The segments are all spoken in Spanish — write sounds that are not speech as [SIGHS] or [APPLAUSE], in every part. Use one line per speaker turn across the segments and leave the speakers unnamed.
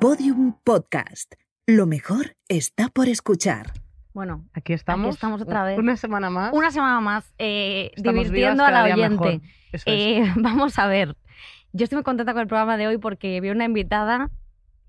Podium Podcast. Lo mejor está por escuchar.
Bueno,
Aquí estamos.
Aquí estamos otra
un-
vez.
Una semana más.
una semana más eh,
Estamos
divirtiendo
vivas
a la
cada día
oyente.
mejor. Eso es.
Eh, [LAUGHS] vamos a ver. Yo estoy muy contenta con el programa de hoy porque vi una invitada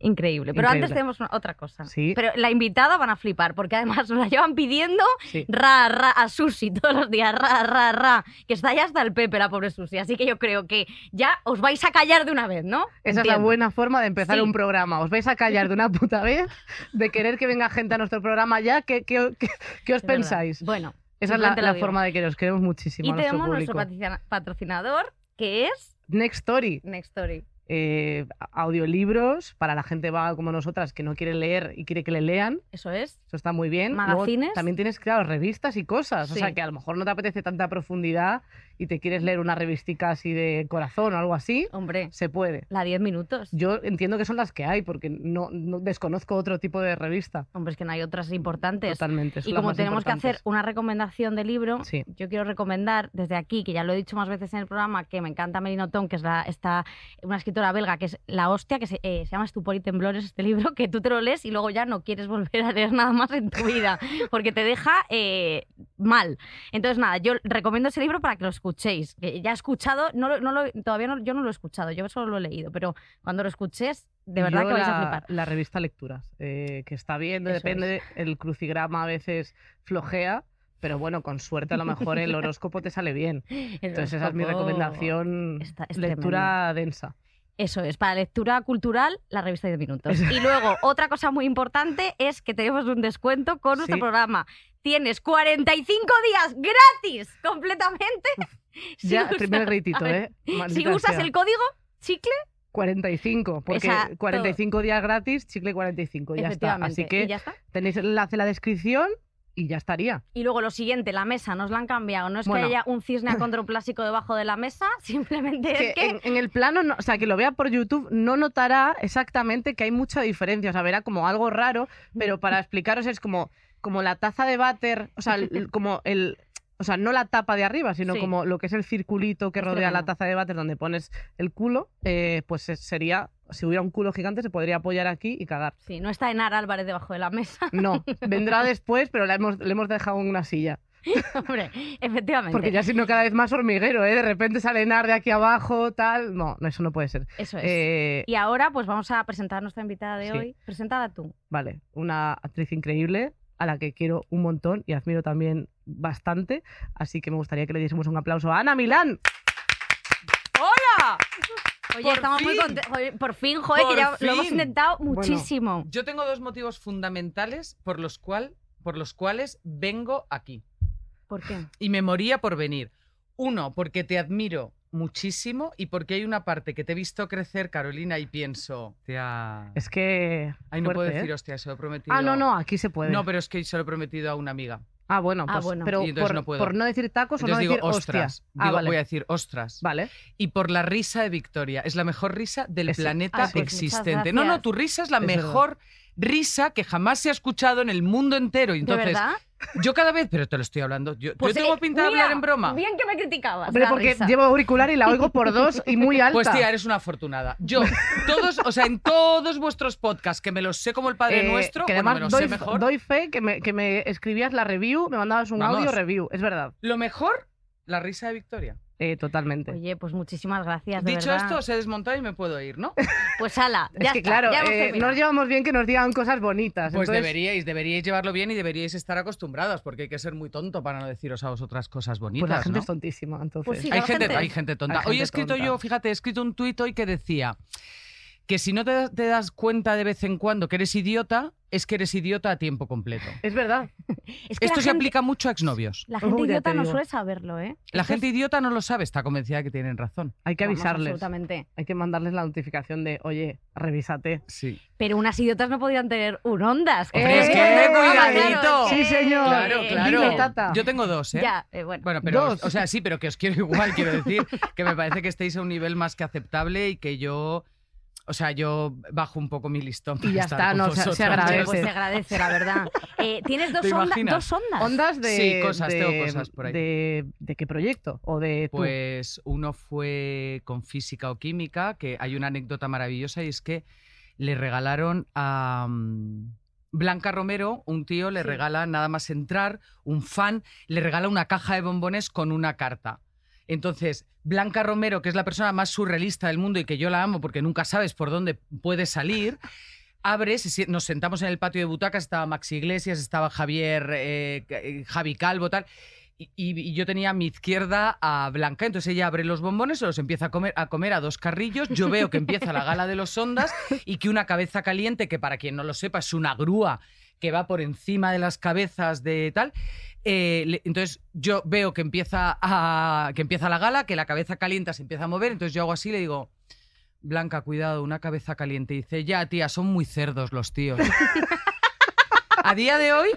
increíble. Pero
Increíble.
antes tenemos una- otra cosa.
Sí.
Pero la invitada van a flipar porque además [LAUGHS] nos la llevan pidiendo
Sí.
ra, ra, a Susi todos los días, ra, ra, ra. Que está ya hasta el Pepe, la pobre Susi. Así que yo creo que ya os vais a callar de una vez, ¿no?
Esa es la
Entiendo.
buena forma de empezar
Sí.
un programa. Os vais a callar de una puta vez, de querer que venga gente a nuestro programa ya. ¿Qué, qué- qué- qué os
Es verdad.
pensáis?
Bueno,
Esa es la,
simplemente lo
la
digo.
forma de que os queremos muchísimo.
y
a nuestro
tenemos nuestro
público.
patrocina- patrocinador que es
Next Story.
Next Story.
eh, audiolibros para la gente vaga como nosotras que no quiere leer y quiere que le lean.
Eso es.
Eso está muy bien. Luego
Magazines.
también tienes, claro, revistas y cosas. O
Sí.
sea, que a lo mejor no te apetece tanta profundidad y te quieres leer una revistica así de corazón o algo así.
Hombre,
Se puede.
la 10 minutos.
Yo entiendo que son las que hay, porque no, no- desconozco otro tipo de revista.
Hombre, es que no hay otras importantes.
Totalmente. son
Y
las
como
más
tenemos que hacer
importantes.
una recomendación de libro,
Sí.
yo quiero recomendar desde aquí, que ya lo he dicho más veces en el programa, que me encanta Merino Tom, que es la, esta, una escritora belga, que es la hostia, que se, eh, se llama Estupor y Temblores, este libro, [LAUGHS] que tú te lo lees y luego ya no quieres volver a leer nada más en tu vida,
[LAUGHS]
porque te deja eh, mal. Entonces, nada, yo recomiendo ese libro para que lo escuchéis. Que ya he escuchado, no, lo- no lo- todavía no, yo no lo he escuchado, yo solo lo he leído, pero cuando lo escuches, de verdad
Yo
que vais
la-
a flipar.
La revista Lecturas, eh, que está bien,
Eso
depende, el crucigrama a veces flojea, pero bueno, con suerte a lo
[LAUGHS]
mejor el horóscopo te sale bien. Entonces esa es mi
Horóscopo.
recomendación,
Está- es
lectura densa.
Eso es, para lectura cultural, la revista 10 minutos. Y luego, otra cosa muy importante es que tenemos un descuento con nuestro
Sí.
programa. Tienes 45 días gratis completamente. [LAUGHS] si
ya,
usas-
primer
[LAUGHS] a
gritito,
ver,
¿eh?
Si
Maldita
usas
sea.
el código chicle,
45, porque
Exacto.
45 días gratis, chicle 45, Pues ya está.
efectivamente.
Así que
Y ya está.
tenéis el enlace en la descripción y ya estaría.
Y luego lo siguiente, la mesa, nos la han cambiado. No es
Bueno.
que haya un
[LAUGHS]
cisne acondroplásico debajo de la mesa, [LAUGHS] simplemente
que
es que.
En, en el plano, no- o sea, que lo vea por YouTube, no notará exactamente que hay mucha diferencia. O sea, verá como algo raro, pero para explicaros es como, como la taza de váter, o sea, el- como el. O sea, no la tapa de arriba, sino
Sí.
como lo que es el circulito que
Es
rodea la
tremendo.
taza de váter donde pones el culo, eh, pues es- sería, si hubiera un culo gigante, se podría apoyar aquí y cagar.
Sí, no está Enar Álvarez debajo de la mesa, [LAUGHS]
No, vendrá después, pero la hemos, le hemos dejado en una silla.
hombre, efectivamente.
Porque ya si no cada vez más hormiguero, ¿eh? De repente sale Nar de aquí abajo, tal. No, no, eso no puede ser.
Eso es.
Eh,
Y ahora, pues vamos a presentar a nuestra invitada de
Sí.
hoy. Preséntala tú.
Vale, una actriz increíble a la que quiero un montón y admiro también bastante, así que me gustaría que le diésemos un aplauso a Ana Milán.
Oye,
Por
estamos muy
fin.
contentos. Por fin, joder,
Por
que ya lo hemos
fin.
intentado muchísimo.
Yo tengo dos motivos fundamentales por los, cual, por los cuales vengo aquí.
¿Por qué?
Y me moría por venir. Uno, porque te admiro muchísimo y porque hay una parte que te he visto crecer, Carolina, y pienso... Hostia.
Es que...
Ay, no puedo
fuerte, ¿eh?
decir hostia, se lo he prometido.
Ah, no, no, aquí se puede.
No, pero es que se lo he prometido a una amiga.
Ah, bueno,
Ah,
pues,
bueno.
pero
Y entonces
por,
no puedo.
por no decir tacos
Entonces
o no
digo,
decir
ostras.
hostias. Ah,
Digo,
vale.
Voy a decir, ostras.
Vale.
Y por la risa de Victoria. Es la mejor risa del
Ese-
planeta
Ah, sí.
existente.
Muchas
No,
gracias.
no, tu risa es la
Es verdad.
mejor risa que jamás se ha escuchado en el mundo entero. Y
¿De
entonces,
verdad?
Yo cada vez, pero te lo estoy hablando. Yo, yo
Pues,
tengo
eh,
pinta de
mira,
hablar en broma.
Bien que me criticabas.
Hombre,
la
porque
risa.
llevo auricular y la oigo por dos y
[LAUGHS]
muy alta.
Pues tía, eres una afortunada. Yo, todos, o sea, en todos vuestros podcasts, que me los sé como el Padre
Eh,
Nuestro,
que
bueno,
además
me los sé
doy,
mejor.
doy fe que me, que me escribías la review, me mandabas un
Vamos.
audio review, es verdad,
Lo mejor, la risa de Victoria.
Eh, totalmente.
Oye, pues muchísimas gracias. de
Dicho
verdad.
esto, se ha desmontado y me puedo ir, ¿no?
pues ala,
es
ya
que
está,
claro,
ya hemos
eh,
terminado.
nos llevamos bien que nos digan cosas bonitas.
Pues
entonces,
deberíais, deberíais llevarlo bien y deberíais estar acostumbrados, porque hay que ser muy tonto para no deciros a vosotras cosas
Pues
bonitas.
la gente
¿no?
es tontísima, entonces.
Pues sí,
hay
la
gente,
gente-
hay gente tonta.
Hay
hoy he
gente
escrito
tonta.
yo, fíjate, he escrito un tuit hoy que decía que si no te, te das cuenta de vez en cuando que eres idiota, es que eres idiota a tiempo completo.
Es verdad.
Es que
Esto
la
se
gente-
aplica mucho a exnovios.
La gente
Uy, ya
idiota
te
no
digo.
suele saberlo, ¿eh? Esto
La
es-
gente idiota no lo sabe, está convencida de que tienen razón.
Hay que
Vamos,
avisarles.
absolutamente.
Hay que mandarles la notificación de, oye, revísate.
Sí.
Pero unas idiotas no podrían tener un ondas.
Eh,
Hombre, es que
eh,
cuidadito.
claro,
Sí,
eh,
señor.
Claro,
eh,
claro.
dime, tata.
Yo tengo dos, ¿eh?
Ya, eh, bueno.
Bueno, pero,
Dos.
o sea, sí, pero que os quiero igual, quiero decir, que me parece que estáis a un nivel más que aceptable y que yo, o sea, yo bajo un poco mi listón. para
Y ya
estar
está,
con
no, se- se
vosotros.
agradece.
Oye, pues se agradece, la verdad. Eh, Tienes dos,
¿Te
onda-
imaginas?
dos ondas.
Ondas de...
Sí, cosas,
de,
tengo cosas por ahí.
De, de qué proyecto? ¿O de Eh, tú?
Pues uno fue con física o química, que hay una anécdota maravillosa y es que le regalaron a mm, Blanca Romero, un tío le
Sí.
regala nada más entrar, un fan, le regala una caja de bombones con una carta. Entonces, Blanca Romero, que es la persona más surrealista del mundo y que yo la amo porque nunca sabes por dónde
[LAUGHS]
puede salir, abre, se sie- nos sentamos en el patio de butacas, estaba Max Iglesias, estaba Javier, eh, eh, Javi Calvo, tal. Y, y- y yo tenía a mi izquierda a Blanca, entonces ella abre los bombones, se los empieza a comer, a comer a dos carrillos, yo veo que empieza la gala de los ondas y que una cabeza caliente, que para quien no lo sepa es una grúa que va por encima de las cabezas de tal, eh, le- entonces yo veo que empieza, a, que empieza la gala, que la cabeza caliente se empieza a mover, entonces yo hago así y le digo, Blanca, cuidado, una cabeza caliente. Y dice, ya, tía, son muy cerdos los
[LAUGHS]
tíos. a día de hoy,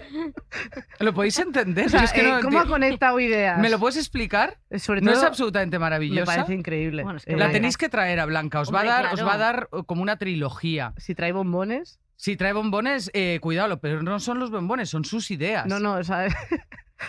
lo podéis
[LAUGHS]
entender.
O sea,
Yo es que
eh,
no lo
¿Cómo ha
enti-
conectado ideas? Eh,
¿Me lo puedes explicar?
Sobre
No
todo,
es absolutamente
me
maravillosa.
parece increíble.
Bueno, es que
Eh,
La
Blanca.
tenéis que traer a Blanca, os va a
Hombre,
dar, os
claro.
va a dar eh, como una trilogía.
Si trae bombones.
Si trae bombones, eh, cuidado, pero no son los bombones, son sus ideas.
No, no, o sea, [LAUGHS]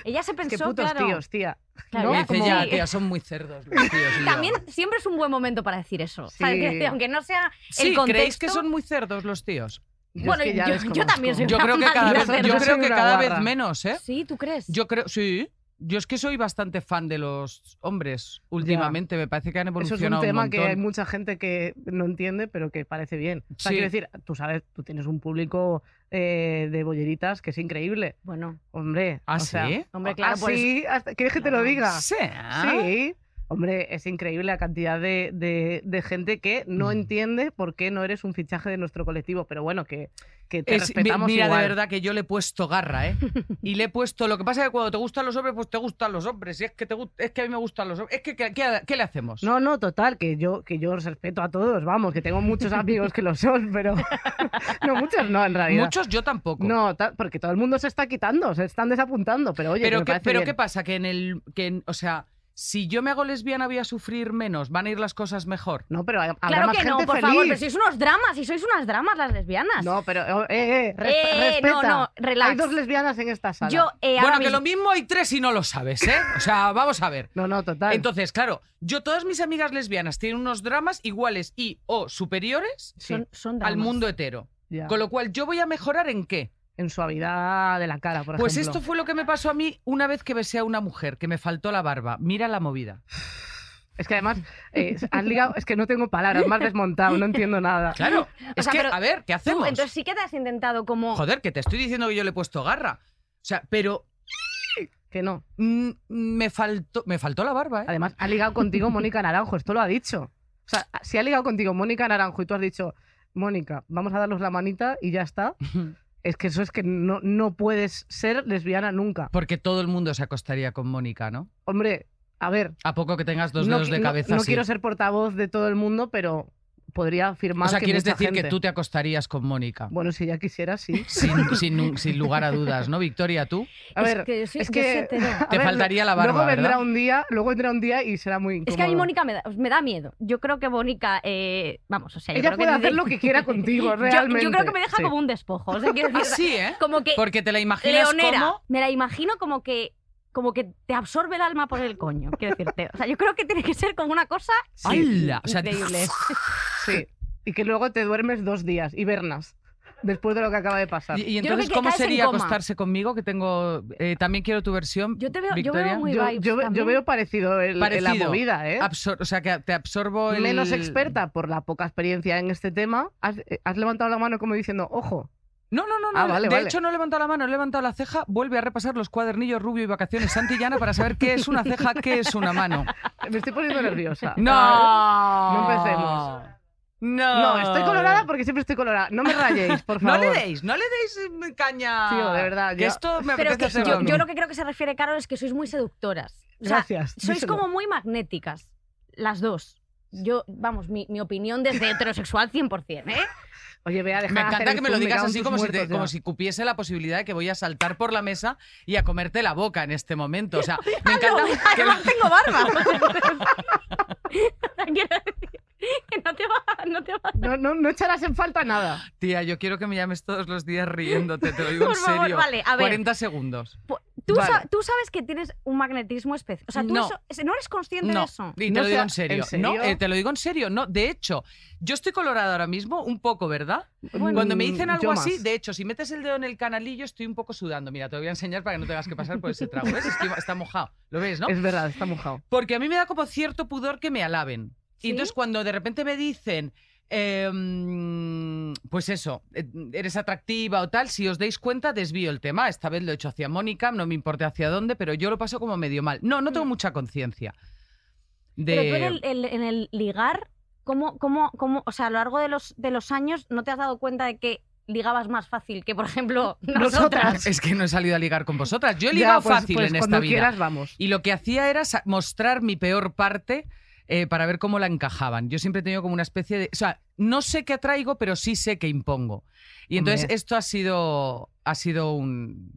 Ella se
es
pensó,
que putos
claro,
tíos, tía.
claro,
¿no?
Y
ya
dice,
como-
ya,
Sí.
tía, son muy cerdos los tíos.
[LAUGHS]
Y yo,
También siempre es un buen momento para decir eso.
Sí.
¿sabes? Quiero decir, aunque no sea
Sí,
el contexto.
¿creéis que son muy cerdos
[LAUGHS]
los tíos?
Yo es
Bueno,
que ya
yo-
desconozco.
yo también soy
Yo
una
creo que cada
máquina
vez,
de
yo
cerdos.
creo
Soy
que
una
cada
guarra.
vez menos, ¿eh?
Sí, ¿tú crees?
Yo creo, sí. Yo es que soy bastante fan de los hombres últimamente. Me parece que han
Eso es
evolucionado
un tema
un
que hay
montón.
mucha gente que no entiende, pero que parece bien. O sea,
Sí.
quiero decir, tú sabes, tú tienes un público eh, de bolleritas que es increíble.
Bueno,
Hombre.
¿Ah,
o sea,
sí? Ah,
hombre, claro,
ah,
pues...
sí, hasta- ¿quieres que te lo
Claro.
diga?
¿Será?
Sí. Hombre, es increíble la cantidad de, de- de gente que no
Mm.
entiende por qué no eres un fichaje de nuestro colectivo, pero bueno, que, que te
Es- mi-
respetamos
mira,
igual.
de verdad que yo le he puesto
[LAUGHS]
garra, ¿eh? Y le he puesto. Lo que pasa es que cuando te gustan los hombres, pues te gustan los hombres. Y es que, te, gust- es que a mí me gustan los hombres. Es que, ¿qué, qué- qué le hacemos?
No, no, total, que yo, que yo os respeto a todos, vamos, que tengo muchos amigos que lo son, pero... [LAUGHS] no, muchos no, en realidad.
Muchos yo tampoco.
No, ta- porque todo el mundo se está quitando, se están desapuntando, pero oye, que
pero
me
qué,
parece
pero
bien.
¿qué pasa? Que en el. Que en- o sea, si yo me hago lesbiana, voy a sufrir menos. Van a ir las cosas mejor.
No, pero ha- habrá
Claro
más
que no,
gente
por
feliz.
favor, pero sois unos dramas, y sois unas dramas las lesbianas.
No, pero eh, eh, eh, res-
Eh,
respeta.
no, no, relax.
Hay dos lesbianas en esta sala.
Yo, eh, ahora
Bueno, que
mismo-
lo mismo hay tres y no lo sabes, ¿eh? O sea, [LAUGHS] vamos a ver.
No, no, total.
Entonces, claro, yo todas mis amigas lesbianas tienen unos dramas iguales y o superiores
Sí,
son, son
al
dramas.
mundo hetero.
ya.
Con lo cual, ¿yo voy a mejorar en qué?
En suavidad de la cara, por
Pues
ejemplo.
esto fue lo que me pasó a mí una vez que besé a una mujer, que me faltó la barba. Mira la movida.
Es que además, eh, has ligado, es que no tengo palabras, más desmontado, no entiendo nada.
[LAUGHS] Claro. Es
sea,
que,
pero
a ver, ¿qué
Tú,
hacemos?
entonces sí que te has intentado como...
Joder, que te estoy diciendo que yo le he puesto garra. O sea, pero
Que no.
mm, me faltó, me faltó la barba, ¿eh?
Además, ha ligado contigo Mónica Naranjo, esto lo ha dicho. O sea, si ha ligado contigo Mónica Naranjo y tú has dicho, Mónica, vamos a darnos la manita y ya está, es que eso es que no, no puedes ser lesbiana nunca.
[LAUGHS] Porque todo el mundo se acostaría con Mónica, ¿no?
Hombre, a ver,
A poco que tengas dos
no,
dedos
qui-
de
no-
cabeza
no
así.
quiero ser portavoz de todo el mundo, pero podría afirmar
O sea,
que
quieres
mucha
decir que
gente-
tú te acostarías con Mónica.
Bueno, si ya quisiera,
[LAUGHS]
sí. [LAUGHS]
Sin, sin- sin lugar a dudas, ¿no, Victoria? ¿tú?
A
es
ver,
que yo soy-
es
yo
que-
soy hetero.
[LAUGHS] a
Te
ver,
faltaría la
luego
barba,
vendrá
¿verdad?
un día, luego vendrá un día y será muy incómodo.
Es que a mí Mónica me da, me da miedo. Yo creo que Mónica, eh, vamos, o sea, yo
Ella
creo
puede
que
hacer lo que quiera contigo,
[LAUGHS] Yo-
realmente.
Yo, creo que me deja
Sí. Ah,
como un despojo. O sea,
[LAUGHS]
quiero decir,
Así, ¿eh?
como que
Porque te la imaginas
leonera.
como...
Me la imagino como que como que te absorbe el alma por el coño, quiero decirte. O sea, yo creo que tiene que ser como una cosa
Sí.
¡Hala! Ah, O sea, te- [LAUGHS]
increíble.
Sí. Y que luego te duermes dos días y vernas después de lo que acaba de pasar.
Y, y
Yo creo
entonces,
que
¿cómo
caes en
sería
coma.
acostarse conmigo? Que tengo... eh, también quiero tu versión,
Yo te veo, yo
Victoria.
veo muy
Yo,
vibes
yo ve- yo
también.
veo parecido, el- la
Parecido.
movida, ¿eh?
Absor- o sea, que te absorbo el...
Menos experta por la poca experiencia en este tema. Has, eh, has levantado la mano como diciendo, ojo,
No, no, no. no
Ah, vale,
de
vale.
hecho, no he levantado la mano, he levantado la ceja. Vuelve a repasar los cuadernillos rubio y vacaciones Santillana para saber qué es una ceja, qué es una mano.
me estoy poniendo nerviosa.
[LAUGHS] ¡No!
[LAUGHS] No empecemos.
¡No!
No, estoy colorada porque siempre estoy colorada. No me rayéis, por
[LAUGHS] No
favor.
le deis, no le deis eh, caña.
Tío, de verdad,
Que
ya.
esto me
Pero es que
apetece hacerlo.
yo, yo lo que creo que se refiere, Carol, es que sois muy seductoras. O sea,
Gracias.
sois
díselo.
como muy magnéticas, las dos. Yo, vamos, mi, mi opinión desde heterosexual 100%, ¿eh?
Oye, vea, deja
Me
de hacer
encanta
el
que me lo
zoom,
digas
cago en
así
tus
como si, te-
muertos ya.
como si cupiese la posibilidad de que voy a saltar por la mesa y a comerte la boca en este momento.
[LAUGHS]
O sea, me encanta que
Además tengo barba. [LAUGHS] Quiero decir que no te va, no te va.
No, no, no echarás en falta nada.
Tía, yo quiero que me llames todos los días riéndote, te lo digo
Por
en
favor,
serio.
vale, a ver.
40 segundos.
Tú,
Vale.
sa- tú sabes que tienes un magnetismo especial. O sea, tú
No.
eso- es- no eres consciente
No,
de eso.
y te
No
lo
sea-
digo en serio.
¿en serio?
No, eh, te lo digo en serio. No, de hecho, yo estoy colorada ahora mismo, un poco, ¿verdad?
Bueno,
Cuando me dicen
Mm,
algo
yo
así,
más.
de hecho, si metes el dedo en el canalillo, estoy un poco sudando. Mira, te lo voy a enseñar para que no tengas que pasar por ese trago. ¿Ves? Estoy- está mojado. ¿Lo ves, no?
Es verdad, está mojado.
Porque a mí me da como cierto pudor que me alaben.
¿Sí?
Y entonces cuando de repente me dicen, em, pues eso, eh, eres atractiva o tal, si os dais cuenta, desvío el tema. Esta vez lo he hecho hacia Mónica, no me importa hacia dónde, pero yo lo paso como medio mal. No, no tengo
Mm.
mucha conciencia. De...
Pero tú en el, el- en el ligar, ¿cómo, cómo, cómo, o sea, a lo largo de los, de los años, ¿no te has dado cuenta de que ligabas más fácil que, por ejemplo, nosotras?
[LAUGHS] Es que no he salido a ligar con vosotras. Yo he
Ya,
ligado
pues-
fácil
pues
en esta
cuando
vida.
quieras vamos.
Y lo que hacía era sa- mostrar mi peor parte eh, para ver cómo la encajaban. Yo siempre he tenido como una especie de... O sea, no sé qué atraigo, pero sí sé que impongo. Y entonces
Hombre.
esto ha sido, ha sido un...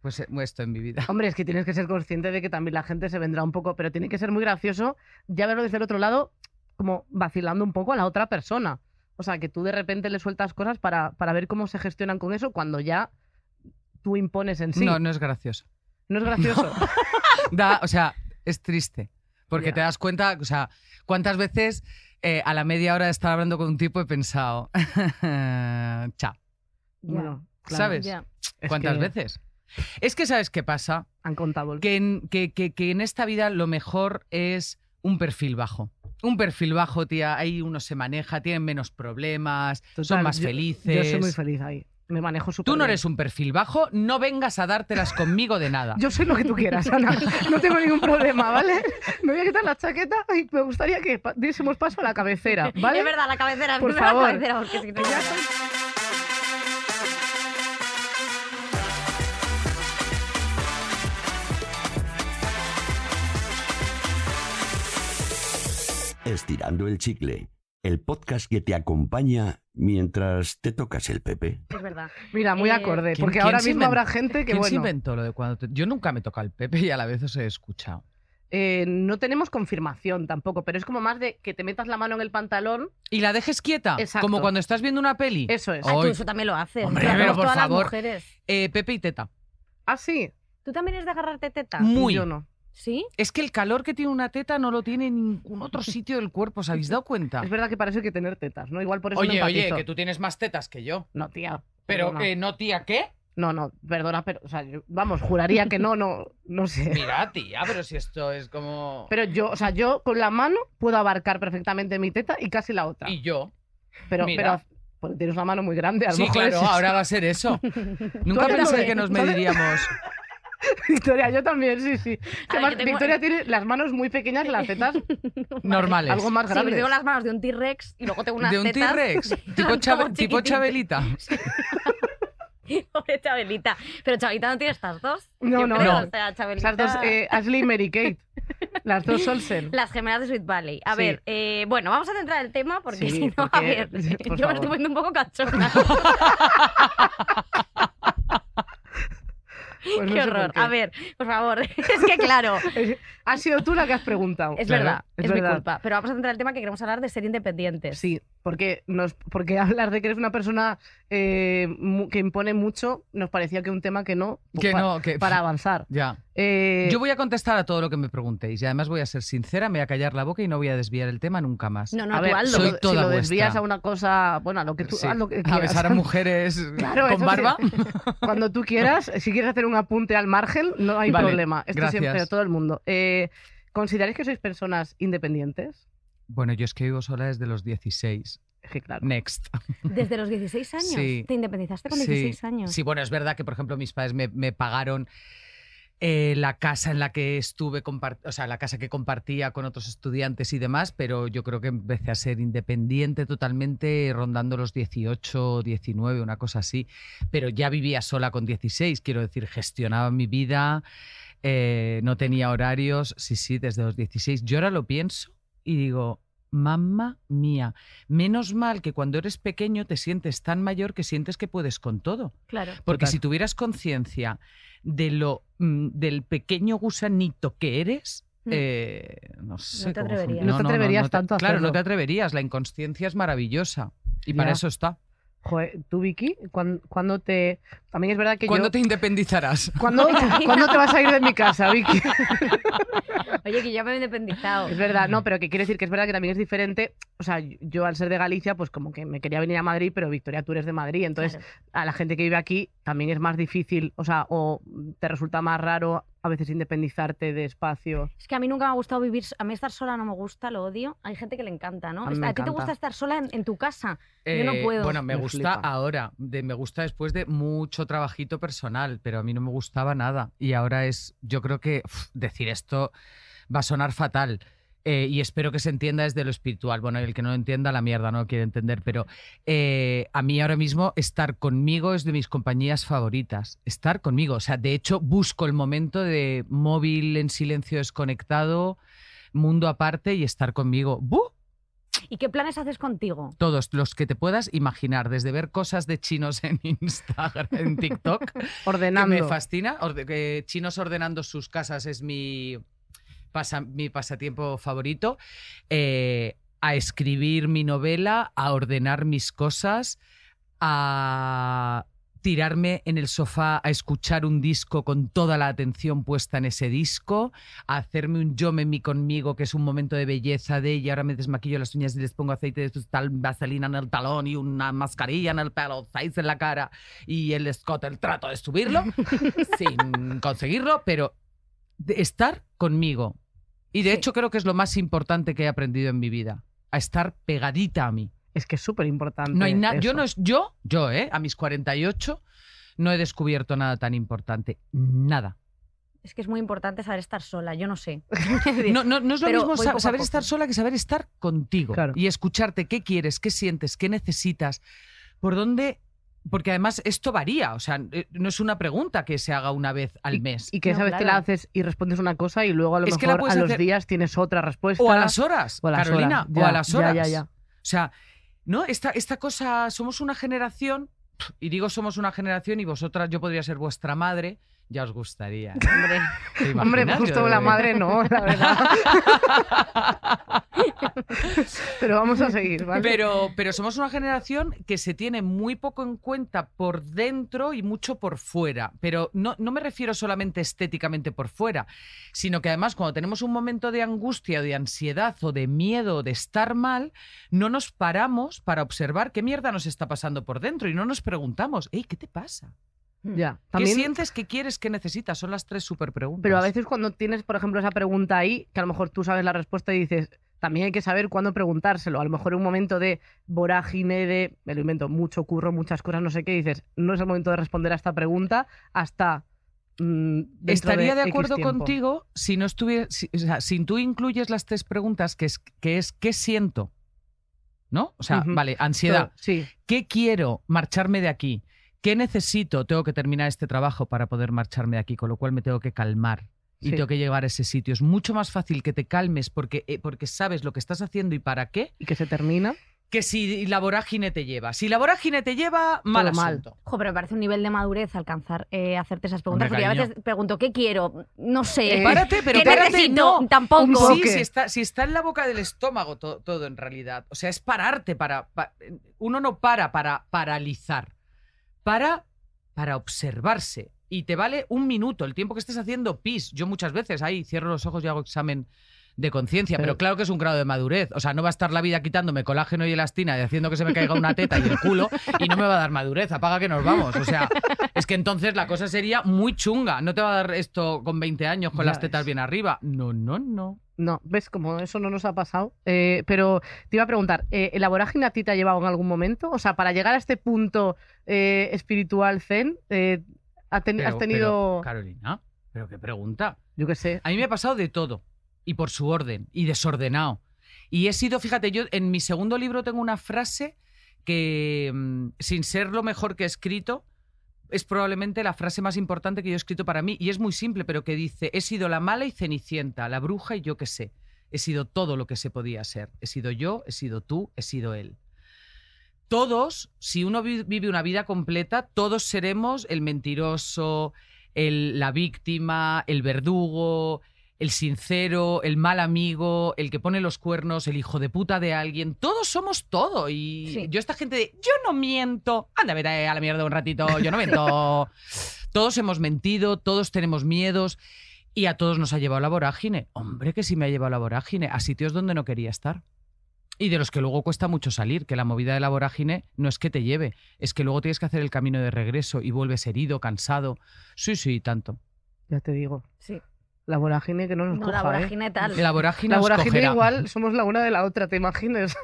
Pues eh, esto en mi vida.
Hombre, es que tienes que ser consciente de que también la gente se vendrá un poco, pero tiene que ser muy gracioso ya verlo desde el otro lado, como vacilando un poco a la otra persona. O sea, que tú de repente le sueltas cosas para, para ver cómo se gestionan con eso cuando ya tú impones en sí.
No, no es gracioso.
No es gracioso.
Da, o sea, es triste. Porque
Ya.
te das cuenta, o sea, cuántas veces eh, a la media hora de estar hablando con un tipo he pensado... [LAUGHS] Chao.
Ya.
[LAUGHS] Bueno,
¿Sabes?
Ya.
es
¿Cuántas
que
veces? Es que sabes qué pasa.
Han contado el
que en, que, que- que en esta vida lo mejor es un perfil bajo. Un perfil bajo, tía, ahí uno se maneja, tienen menos problemas, son
Total,
más
yo-
felices.
Yo soy muy feliz ahí. Me manejo súper
Tú no eres un perfil bajo, no vengas a dártelas conmigo de nada.
[LAUGHS] Yo soy lo que tú quieras,
[LAUGHS]
Ana. No tengo ningún problema, ¿vale? Me voy a quitar la chaqueta y me gustaría que pa- diésemos paso a la cabecera, ¿vale?
Es verdad, la cabecera, es
Por
verdad,
favor.
la cabecera, porque si no-
Estirando el chicle, el podcast que te acompaña mientras te tocas el pepe.
Es verdad.
Mira, muy
Eh,
acorde,
¿quién-
porque
quién
ahora
se
mismo
inventó-
habrá gente que,
¿Quién se
bueno,
inventó lo de cuando te- Yo nunca me toca el Pepe y a la vez os he escuchado.
eh, no tenemos confirmación tampoco, pero es como más de que te metas la mano en el pantalón.
Y la dejes quieta,
Exacto.
como cuando estás viendo una peli.
Eso es.
Ah, tú
Ay.
eso también lo haces.
Hombre,
lo
pero
hacemos
por
todas
favor.
las mujeres.
Eh, Pepe y Teta.
Ah, sí.
¿Tú también eres de agarrarte teta?
Muy.
Yo no.
¿Sí?
Es que el calor que tiene una teta no lo tiene
[LAUGHS]
ningún otro sitio del cuerpo, ¿os habéis dado cuenta?
Es verdad que para eso hay que tener tetas, ¿no? Igual por eso no
Oye, oye,
empatizo.
que tú tienes más tetas que yo.
No, tía.
Pero,
perdona.
eh, no, tía, ¿qué?
No, no, perdona, pero, o sea, yo- vamos, juraría que no, no, no
[LAUGHS]
sé.
Mira, tía, pero si esto es como.
Pero yo, o sea, yo con la mano puedo abarcar perfectamente mi teta y casi la otra.
Y yo.
Pero,
mira.
pero porque tienes una mano muy grande, a lo
Sí,
mejor
claro,
es eso.
ahora va a
[LAUGHS]
ser eso. Nunca
Tú
pensé
también.
que nos
Tú también. [LAUGHS]
mediríamos.
Victoria, yo también, sí, sí.
A ver,
Además,
yo tengo-
Victoria tiene las manos muy pequeñas y las tetas
Normales.
algo
[LAUGHS]
más
Sí, me
grandes.
tengo las manos de un T-Rex y luego tengo
[LAUGHS]
unas
De un
tetas.
T-Rex. Tipo,
Son
Chabe-
como
tipo
chiquititas.
Chabelita.
[LAUGHS] Pobre Chabelita. Pero Chabelita no tiene estas dos.
No,
yo
no,
creo,
no.
o sea, Chabelita-
Esas dos, eh, Ashley y
[LAUGHS]
Mary Kate. Las dos Olsen.
Las gemelas de Sweet Valley. A
Sí.
ver, eh, bueno, vamos a centrar el tema porque
[LAUGHS] Sí,
si no, a
porque-
ver,
por
yo me
favor.
estoy poniendo un poco [LAUGHS]
[LAUGHS]
cachona.
Pues no
qué
sé por
horror.
qué.
A ver, por favor, [LAUGHS] es que
[LAUGHS]
claro,
Es- Has sido tú la que has preguntado.
es
Claro,
verdad,
es
es, mi
verdad.
culpa. Pero vamos a centrar el tema que queremos hablar de ser independientes.
Sí, porque, nos, porque [LAUGHS] hablar de que eres una persona eh, mu- que impone mucho nos parecía que un tema que no.
Que
pa-
no, que.
Pues Para avanzar.
Ya.
Eh,
Yo voy a contestar a todo lo que me preguntéis. Y además voy a ser sincera, me voy a callar la boca y no voy a desviar el tema nunca más.
No, no,
a
tú
ver,
hazlo.
si
soy
lo- si
toda
lo desvías
vuestra.
a una cosa, bueno, a lo que tú
Sí.
haz lo que
A
quieras. [LAUGHS]
besar a mujeres
Claro, eso
con
sí.
barba.
Cuando tú quieras, si quieres hacer un apunte al margen, no hay
Vale,
problema. Esto
gracias.
siempre a todo el mundo. Eh, ¿Consideráis que sois personas independientes?
Bueno, yo es que vivo sola desde los 16.
Es que claro.
Next.
Desde los 16 años.
Sí.
Te independizaste con
Sí.
16 años.
Sí, bueno, es verdad que, por ejemplo, mis padres me, me pagaron eh, la casa en la que estuve, compar- o sea, la casa que compartía con otros estudiantes y demás, pero yo creo que empecé a ser independiente totalmente rondando los 18, 19, una cosa así. Pero ya vivía sola con 16, quiero decir, gestionaba mi vida, eh, no tenía horarios, sí, sí, desde los 16. Yo ahora lo pienso y digo... Mamma mía, menos mal que cuando eres pequeño te sientes tan mayor que sientes que puedes con todo.
Claro.
Porque
Total.
si tuvieras conciencia de lo mm, del pequeño gusanito que eres,
Mm.
eh, no sé.
te
cómo fun-
atreverías.
No te atreverías tanto a
Claro,
hacerlo.
no te atreverías. La inconsciencia es maravillosa. Y para
Ya.
eso está.
Joder, tú, Vicky, ¿cuán- ¿cuándo te...? También es verdad que
¿Cuándo
yo...
te independizarás? [LAUGHS]
¿Cuándo, ¿Cuándo te vas a ir de mi casa, Vicky?
Oye, que ya me he independizado.
Es verdad, no, pero que quiero decir que es verdad que también es diferente. O sea, yo al ser de Galicia, pues como que me quería venir a Madrid, pero Victoria, tú eres de Madrid, entonces
Claro.
a la gente que vive aquí también es más difícil, o sea, o te resulta más raro a veces independizarte de espacio.
Es que a mí nunca me ha gustado vivir. so- A mí estar sola no me gusta, lo odio. Hay gente que le encanta, ¿no?
A mí me
¿A ti te
encanta.
gusta estar sola en, en tu casa? Yo no puedo.
Eh, Bueno, me,
Me flipa.
gusta ahora, de, me gusta después de mucho trabajito personal, pero a mí no me gustaba nada. Y ahora es, yo creo que uf, decir esto va a sonar fatal. eh, y espero que se entienda desde lo espiritual. Bueno, el que no lo entienda, la mierda, no lo quiere entender. Pero eh, a mí ahora mismo estar conmigo es de mis compañías favoritas. Estar conmigo. O sea, de hecho, busco el momento de móvil en silencio desconectado, mundo aparte y estar conmigo. ¡Buh!
¿Y qué planes haces contigo?
todos los que te puedas imaginar, desde ver cosas de chinos en [LAUGHS] Instagram, en TikTok, que
Ordenando.
me fascina. orde- que chinos ordenando sus casas es mi, pasa- mi pasatiempo favorito. eh, a escribir mi novela, a ordenar mis cosas, a tirarme en el sofá a escuchar un disco con toda la atención puesta en ese disco, a hacerme un yo me mi conmigo, que es un momento de belleza de y ahora me desmaquillo las uñas y les pongo aceite de tal vaselina en el talón y una mascarilla en el pelo, seis en la cara y el Scott el trato de subirlo sin conseguirlo, pero de estar conmigo. Y de
Sí.
hecho creo que es lo más importante que he aprendido en mi vida, a estar pegadita a mí.
Es que es súper importante.
No hay nada,
eso.
yo no es yo, yo, eh, a mis 48 no he descubierto nada tan importante, nada.
Es que es muy importante saber estar sola, yo no
[LAUGHS]
sé. [LAUGHS]
No, no, no es lo
Pero
mismo
voy
sa-
poco a
saber
poco.
estar sola que saber estar contigo
Claro.
y escucharte qué quieres, qué sientes, qué necesitas, por dónde. Porque además esto varía, o sea, eh, no es una pregunta que se haga una vez al mes.
Y que
No,
esa vez te la
claro.
haces y respondes una cosa y luego a lo
Es que la
mejor a
puedes
los
hacer-
días tienes otra respuesta.
O a las horas,
o a las
Carolina,
horas, ya,
o a las
ya,
horas.
ya, ya.
O sea, ¿no? Esta, esta cosa, somos una generación, y digo somos una generación, y vosotras, yo podría ser vuestra madre, ya os gustaría. ¿no?
Hombre,
¿Te
Hombre,
imaginas?
justo
Yo de-
la madre no, la verdad.
[LAUGHS]
Pero vamos a seguir, ¿vale?
Pero, pero somos una generación que se tiene muy poco en cuenta por dentro y mucho por fuera. Pero no, no me refiero solamente estéticamente por fuera, sino que además cuando tenemos un momento de angustia o de ansiedad o de miedo o de estar mal, no nos paramos para observar qué mierda nos está pasando por dentro y no nos preguntamos, hey, ¿qué te pasa?
Mm.
Ya.
¿Qué
También,
sientes? ¿Qué quieres? ¿Qué necesitas? Son las tres super preguntas.
pero a veces cuando tienes, por ejemplo, esa pregunta ahí, que a lo mejor tú sabes la respuesta y dices, también hay que saber cuándo preguntárselo. A lo mejor en un momento de vorágine, de, me lo invento, mucho curro, muchas cosas, no sé qué, dices, no es el momento de responder a esta pregunta hasta... mm, dentro
Estaría de
X
acuerdo
tiempo.
contigo si no estuviera, si, o sea, si tú incluyes las tres preguntas que es que es qué siento, ¿no? O sea,
Ujú.
vale, ansiedad,
Sí,
¿qué quiero? Marcharme de aquí. ¿Qué necesito? Tengo que terminar este trabajo para poder marcharme de aquí, con lo cual me tengo que calmar y
sí.
tengo que llegar a ese sitio. Es mucho más fácil que te calmes porque, eh, porque sabes lo que estás haciendo y para qué
Y que se termina.
que si la vorágine te lleva. Si la vorágine te lleva, mal
Todo mal.
asunto.
jo, pero me parece un nivel de madurez alcanzar, eh, hacerte esas preguntas. porque
Hombre,
yo a
cariño.
veces pregunto, ¿qué quiero? No sé.
Eh,
Párate,
[LAUGHS]
pero
¿Qué
párate,
necesito?
no.
Tampoco.
Un
Sí,
poco.
si está, si está en la boca del estómago to- todo en realidad. O sea, es pararte para. pa- uno no para para paralizar. Para para observarse. Y te vale un minuto, el tiempo que estés haciendo pis. Yo muchas veces ahí cierro los ojos y hago examen de conciencia, pero,
Pero-
claro que es un grado de madurez. O sea, no va a estar la vida quitándome colágeno y elastina y haciendo que se me caiga una teta y el culo y no me va a dar madurez. Apaga que nos vamos. O sea, es que entonces la cosa sería muy chunga. No te va a dar esto con 20 años con
Ya
las tetas
ves.
bien arriba. No, no, no.
No, ves como eso no nos ha pasado. Eh, pero te iba a preguntar, eh, ¿la vorágine a ti te ha llevado en algún momento? O sea, para llegar a este punto eh, espiritual zen, eh, ha ten-
Pero-
has tenido,
pero, Carolina, pero qué pregunta.
yo qué sé,
A mí me ha pasado de todo. Y por su orden. Y desordenado. Y he sido, fíjate, yo en mi segundo libro tengo una frase que, mm, sin ser lo mejor que he escrito, es probablemente la frase más importante que yo he escrito para mí. Y es muy simple, pero que dice, he sido la mala y cenicienta, la bruja y yo qué sé. He sido todo lo que se podía ser. He sido yo, he sido tú, he sido él. Todos, si uno vi- vive una vida completa, todos seremos el mentiroso, el- la víctima, el verdugo, el sincero, el mal amigo, el que pone los cuernos, el hijo de puta de alguien. Todos somos todo. Y
Sí.
yo, esta gente de yo no miento, anda, vete a la mierda un ratito, yo no miento. Todos hemos mentido, todos tenemos miedos y a todos nos ha llevado la vorágine. Hombre, que sí me ha llevado la vorágine a sitios donde no quería estar. Y de los que luego cuesta mucho salir, que la movida de la vorágine no es que te lleve, es que luego tienes que hacer el camino de regreso y vuelves herido, cansado. Sí, sí, tanto.
Ya te digo.
Sí.
La vorágine que no nos
No, la
coja, ¿eh?
vorágine tal.
La vorágine,
La
os
vorágine
cogerá.
igual somos la una de la otra, ¿te imaginas? [LAUGHS]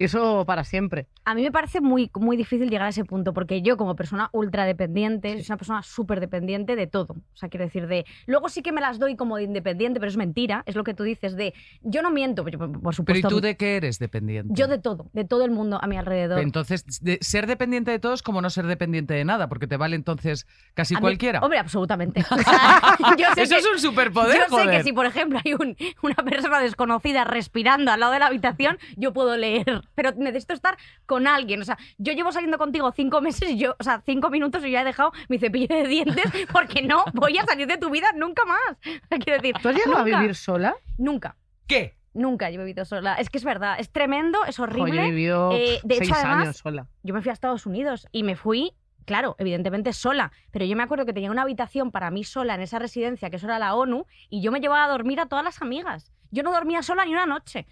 Y eso para siempre.
A mí me parece muy, muy difícil llegar a ese punto, porque yo como persona ultra dependiente, soy una persona súper dependiente de todo. O sea, quiero decir, de... Luego sí que me las doy como de independiente, pero es mentira, es lo que tú dices, de... Yo no miento, por- por por
[LAUGHS] Pero ¿y
supuesto.
tú de qué eres dependiente?
Yo de todo, de todo el mundo a mi alrededor.
Entonces, de- ser dependiente de todo es como no ser dependiente de nada, porque te vale entonces casi
A mí-
cualquiera.
Hombre,
[LAUGHS]
absolutamente. O sea, [LAUGHS] yo sé
Eso
que-
es un superpoder,
Yo sé
joder.
que si, por ejemplo, hay un- una persona desconocida respirando al lado de la habitación, yo puedo leer, pero necesito estar con alguien. O sea, yo llevo saliendo contigo cinco meses y yo, o sea, cinco minutos y ya he dejado mi cepillo de
[LAUGHS]
dientes porque no voy a salir de tu vida nunca más. [LAUGHS] Quiero decir,
¿Tú has llegado
nunca,
a vivir sola?
Nunca,
¿Qué?
nunca yo he vivido sola. Es que es verdad, es tremendo, es
Jo, yo
horrible.
he vivido
Eh,
pf,
de hecho,
seis
además,
años sola.
yo me fui a Estados Unidos y me fui, claro, evidentemente sola, pero yo me acuerdo que tenía una habitación para mí sola en esa residencia, que eso era la ONU, y yo me llevaba a dormir a todas las amigas. Yo no dormía sola ni una noche.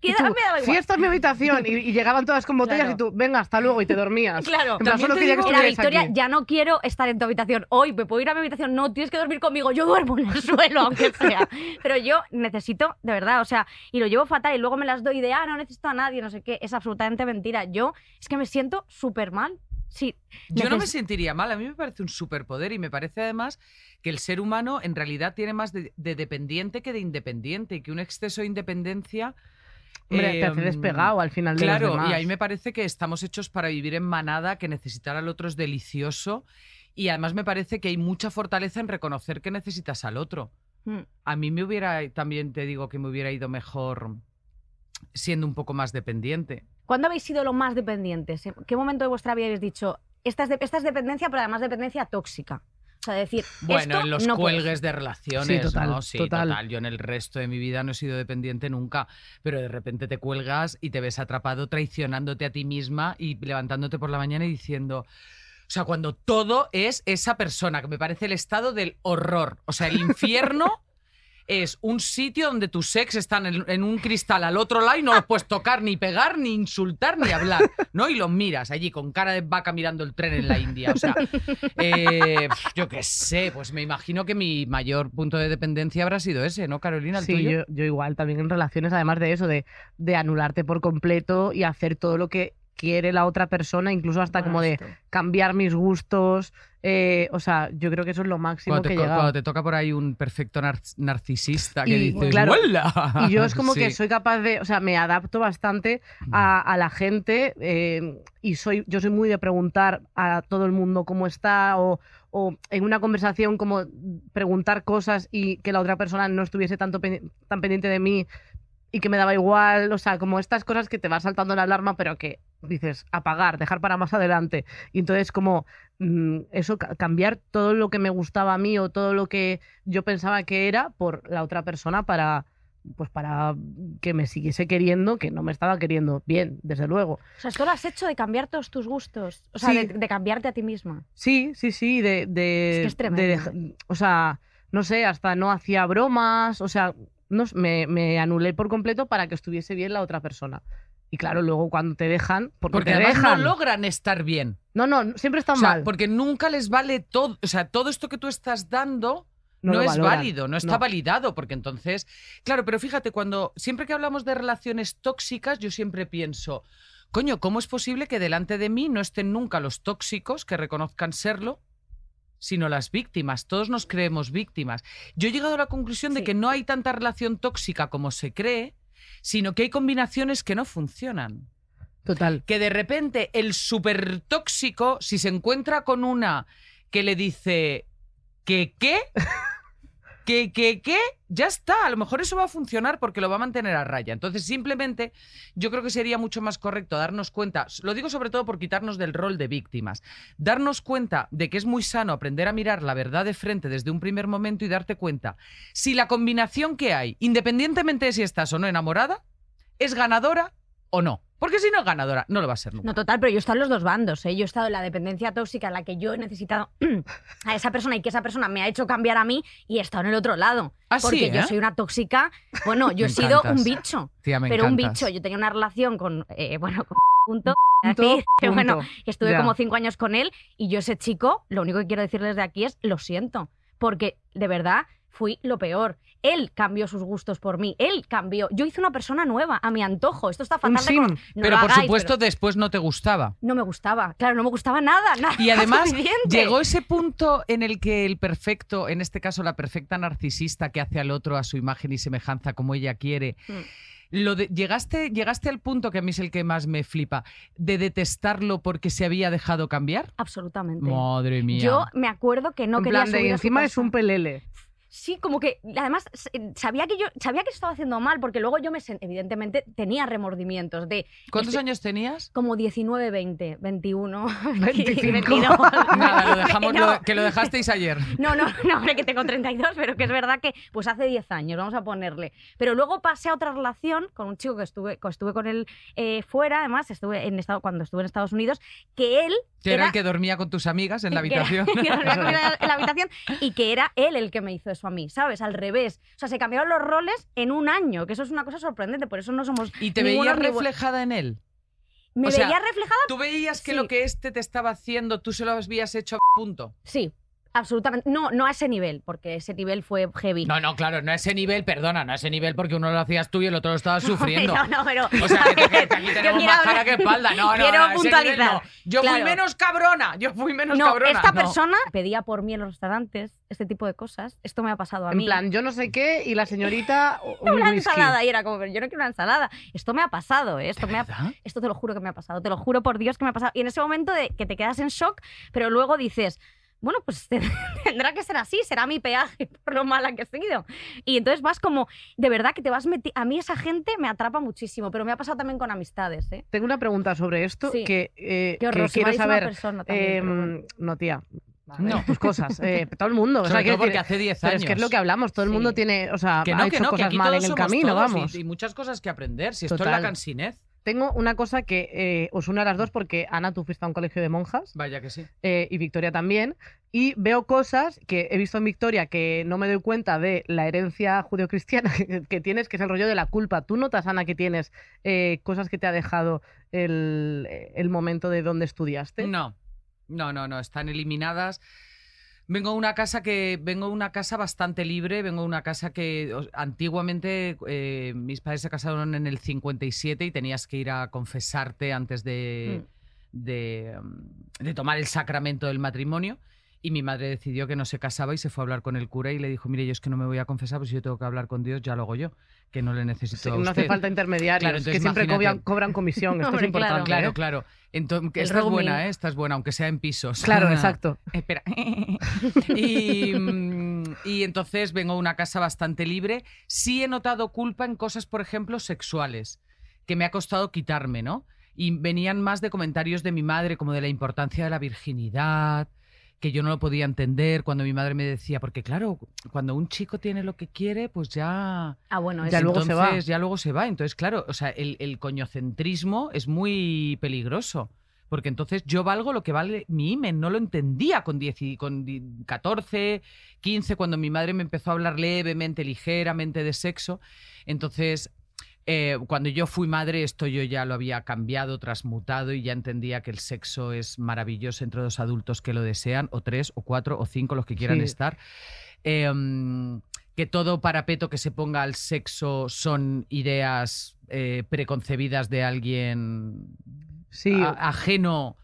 Que
Y tú,
da- me daba igual.
Fiesta en mi habitación y, y llegaban todas con botellas
Claro.
y tú, venga, hasta luego y
[LAUGHS]
te dormías.
Claro.
En plan,
También
solo
te
quería que
digo-
Era
estuvierais
Victoria,
aquí.
ya no quiero estar en tu habitación hoy, me puedo ir a mi habitación, no, tienes que dormir conmigo, yo duermo en el [LAUGHS] suelo, aunque sea. Pero yo necesito, de verdad, o sea, y lo llevo fatal y luego me las doy de, ah, no necesito a nadie, no sé qué, es absolutamente mentira. Yo es que me siento súper mal. Sí,
Yo no me
Neces-
sentiría mal, a mí me parece un superpoder y me parece además que el ser humano en realidad tiene más de, de dependiente que de independiente y que un exceso de independencia...
Hombre, te hace
em,
despegado al final de los
Claro,
demás.
y a mí me parece que estamos hechos para vivir en manada, que necesitar al otro es delicioso y además me parece que hay mucha fortaleza en reconocer que necesitas al otro.
Hmm.
Mm.
A mí me hubiera, también te digo que me hubiera ido mejor siendo un poco más dependiente.
¿Cuándo habéis sido lo más dependientes? ¿En qué momento de vuestra vida habéis dicho, esta es, de- esta es dependencia, pero además dependencia tóxica? O sea, decir,
[SIGHS] Bueno,
esto
en los
no puede
cuelgues de relaciones,
Sí, total,
¿no? Sí,
total.
total. Yo en el resto de mi vida no he sido dependiente nunca, pero de repente te cuelgas y te ves atrapado traicionándote a ti misma y levantándote por la mañana y diciendo... O sea, cuando todo es esa persona, que me parece el estado del horror. O sea, el infierno es un sitio donde tus ex están en, en un cristal al otro lado y no los puedes tocar, ni pegar, ni insultar, ni hablar, ¿no? Y los miras allí con cara de vaca mirando el tren en la India. O sea, eh, yo qué sé, pues me imagino que mi mayor punto de dependencia habrá sido ese, ¿no, Carolina? ¿El
Sí,
tuyo?
yo, yo igual, también en relaciones, además de eso, de, de anularte por completo y hacer todo lo que quiere la otra persona, incluso hasta como de cambiar mis gustos. eh, o sea, yo creo que eso es lo máximo que
Cuando te,
he
co-
llegado.
cuando te toca por ahí un perfecto nar- narcisista que
Y,
dices,
claro,
"Huela".
Y yo
[LAUGHS]
es como
Sí. Mm.
que soy capaz de, o sea, me adapto bastante a, a la gente eh, y soy, yo soy muy de preguntar a todo el mundo cómo está o, o en una conversación como preguntar cosas y que la otra persona no estuviese tanto pen- tan pendiente de mí y que me daba igual, o sea, como estas cosas que te va saltando la alarma pero que dices apagar, dejar para más adelante y entonces como mm, eso ca- cambiar todo lo que me gustaba a mí o todo lo que yo pensaba que era por la otra persona para pues para que me siguiese queriendo, que no me estaba queriendo bien, desde luego.
ser. O sea, esto lo has hecho de cambiar todos tus gustos, o sea,
Sí.
de, de cambiarte a ti misma.
Sí, sí, sí, de... de-
Es que es tremendo, ¿eh?
de dej- o sea, no sé, hasta no hacía bromas, o sea, no, s- me, me anulé por completo para que estuviese bien la otra persona. Y claro, luego cuando te dejan, porque,
Porque
te
además
dejan.
no logran estar bien.
No, no, no, siempre está
O sea,
mal.
porque nunca les vale todo. O sea, todo esto que tú estás dando no,
lo
es
valoran.
válido, no está validado, porque entonces. Claro, pero fíjate, cuando. Siempre que hablamos de relaciones tóxicas, yo siempre pienso. Coño, ¿cómo es posible que delante de mí no estén nunca los tóxicos que reconozcan serlo, sino las víctimas? Todos nos creemos víctimas. Yo he llegado a la conclusión de
Sí.
que no hay tanta relación tóxica como se cree, sino que hay combinaciones que no funcionan
Total.
[LAUGHS]
que de repente el súper tóxico, si se encuentra con una que le dice que qué, que, que, que, ya está. A lo mejor eso va a funcionar porque lo va a mantener a raya. Entonces, simplemente, yo creo que sería mucho más correcto darnos cuenta, lo digo sobre todo por quitarnos del rol de víctimas, darnos cuenta de que es muy sano aprender a mirar la verdad de frente desde un primer momento y darte cuenta si la combinación que hay, independientemente de si estás o no enamorada, es ganadora o no. Porque si no es ganadora, no lo va a ser nunca.
No, total, pero yo he estado en los dos bandos. ¿eh? Yo he estado en la dependencia tóxica, en la que yo he necesitado [CLEARS THROAT] a esa persona y que esa persona me ha hecho cambiar a mí, y he estado en el otro lado.
Ah, sí,
porque yo
¿eh?
soy una tóxica. Bueno, yo he
[LAUGHS] Me
sido
encantas.
un bicho.
Tía, me
pero un
encantas.
bicho. Yo tenía una relación con. eh, bueno,
[LAUGHS]
con. [LAUGHS] Punto.
Punto,
así, que [LAUGHS] bueno,
punto.
que estuve
Ya.
como cinco años con él y yo ese chico, lo único que quiero decirles de aquí es lo siento, porque de verdad fui lo peor. Él cambió sus gustos por mí, él cambió. Yo hice una persona nueva a mi antojo. Esto está
Un
fatal. de
sim.
cono- No
pero
lo
por
hagáis,
supuesto,
pero
después no te gustaba.
no me gustaba. Claro, no me gustaba nada. [LAUGHS] nada
Y además
suficiente.
llegó ese punto en el que el perfecto, en este caso la perfecta narcisista que hace al otro a su imagen y semejanza como ella quiere.
Mm.
Lo de- llegaste, llegaste al punto que a mí es el que más me flipa, de detestarlo porque se había dejado cambiar.
Absolutamente.
Madre mía.
Yo me acuerdo que no
en
quería
plan de,
subir a
y
su
encima es
casa.
un pelele.
Sí, como que además s- eh, sabía que yo sabía que estaba haciendo mal porque luego yo me sen- evidentemente tenía remordimientos de
¿Cuántos
Estoy-
años tenías?
[LAUGHS] como 19, 20, 21,
25.
22.
[LAUGHS] Nada, lo dejamos,
[LAUGHS] No.
lo- que lo dejasteis ayer.
No, no, no, hombre, que tengo 32, pero que es verdad que pues hace 10 años, vamos a ponerle. Pero luego pasé a otra relación con un chico que estuve, que estuve con él eh, fuera, además, estuve en estado, cuando estuve en Estados Unidos, que él
Que era,
Era-
el que dormía con tus amigas en
[LAUGHS]
la
que era-
habitación.
que
[LAUGHS]
dormía conmigo en la habitación y que era él el que me hizo eso a mí, ¿sabes? Al revés. O sea, se cambiaron los roles en un año, que eso es una cosa sorprendente, por eso no somos...
Y te
ni
veías
buenos ni bu-
reflejada en él.
¿Me
o sea-
veía reflejada?
Tú veías que
Sí.
lo que este te estaba haciendo, tú se lo habías hecho a punto.
Sí, absolutamente. No, no a ese nivel, porque ese nivel fue heavy.
No, no, claro, no a ese nivel, perdona, no a ese nivel porque uno lo hacías tú y el otro
[LAUGHS]
lo estaba sufriendo.
[LAUGHS] No, no, pero...
O sea, que,
[LAUGHS]
te- que
Yo
aquí tenemos
quiero
más
hablar-
cara que espalda. No, no,
Quiero
no, a ese
puntualizar.
nivel no. Yo fui
Claro.
menos cabrona, yo fui menos
No,
cabrona.
esta
No.
persona pedía por mí en los restaurantes, este tipo de cosas. Esto me ha pasado a
En
mí.
plan, yo no sé qué y la
[LAUGHS]
señorita un
una
whisky.
ensalada y era como, pero yo no quiero una ensalada. Esto me ha pasado, ¿eh? esto me
[LAUGHS]
ha
¿Verdad?
esto te lo juro que me ha pasado, te lo juro por Dios que me ha pasado. Y en ese momento de que te quedas en shock, pero luego dices, bueno, pues [LAUGHS] te- tendrá que ser así, será mi peaje [LAUGHS] por lo mala que he sido. Y entonces vas como, de verdad que te vas metiendo. A mí esa gente me atrapa muchísimo, pero me ha pasado también con amistades, ¿eh?
Tengo una pregunta sobre esto
Sí.
que, eh,
Qué horror,
que
soy
quiero
malísima
saber.
persona también, pero
Em,
bueno.
No, tía.
No.
No, tus cosas.
[LAUGHS]
eh, todo el mundo. o sea,
Sobre
quiero
todo porque
decir,
hace 10
pero
años.
es que es lo que hablamos. Todo el mundo
Sí.
tiene. O sea,
Que
ha
no,
hecho
que no, que
cosas
aquí
mal
todos
en el
somos
camino,
todos y-
vamos.
Y, muchas cosas que aprender, si esto es
Total.
la cansinez.
Tengo una cosa que eh, os une a las dos porque Ana, tú fuiste a un colegio de monjas
Vaya que sí.
eh, y Victoria también. Y veo cosas que he visto en Victoria que no me doy cuenta de la herencia judeocristiana [LAUGHS] que- que tienes, que es el rollo de la culpa. ¿Tú notas, Ana, que tienes eh, cosas que te ha dejado el, eh, el momento de donde estudiaste?
No, no, no, no, están eliminadas. Vengo de una casa que vengo de una casa bastante libre, vengo de una casa que o- antiguamente eh, mis padres se casaron en el 57 y tenías que ir a confesarte antes de, de, mm, de tomar el sacramento del matrimonio. Y mi madre decidió que no se casaba y se fue a hablar con el cura y le dijo, mire, yo es que no me voy a confesar, pues si yo tengo que hablar con Dios, ya lo hago yo, que no le necesito
Sí,
a
no hace
usted".
falta intermediarios,
Claro,
que
entonces
siempre
imagínate.
cobran, cobran comisión. Esto
Hombre,
es importante.
Claro,
¿eh?
claro. Entonces,
El
esta es
roaming.
buena, ¿eh? esta es buena, aunque sea en pisos. [LAUGHS]
Claro, exacto.
Espera. y, mm, y entonces vengo a una casa bastante libre. Sí he notado culpa en cosas, por ejemplo, sexuales, que me ha costado quitarme, ¿no? Y venían más de comentarios de mi madre, como de la importancia de la virginidad, que yo no lo podía entender cuando mi madre me decía, porque claro, cuando un chico tiene lo que quiere, pues ya...
Ah, bueno,
Ya
es-
luego se va.
Entonces, Ya luego se va. Entonces, claro, o sea, el, el coñocentrismo es muy peligroso. Porque entonces yo valgo lo que vale mi imen. No lo entendía con, 10 y- con di- 14, 15, cuando mi madre me empezó a hablar levemente, ligeramente de sexo. Entonces, eh, cuando yo fui madre, esto yo ya lo había cambiado, transmutado y ya entendía que el sexo es maravilloso entre dos adultos que lo desean, o tres, o cuatro, o cinco, los que quieran
Sí.
estar. Em, que todo parapeto que se ponga al sexo son ideas eh, preconcebidas de alguien
Sí,
a- ajeno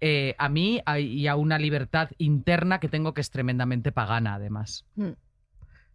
eh, a mí a- y a una libertad interna que tengo que es tremendamente pagana, además.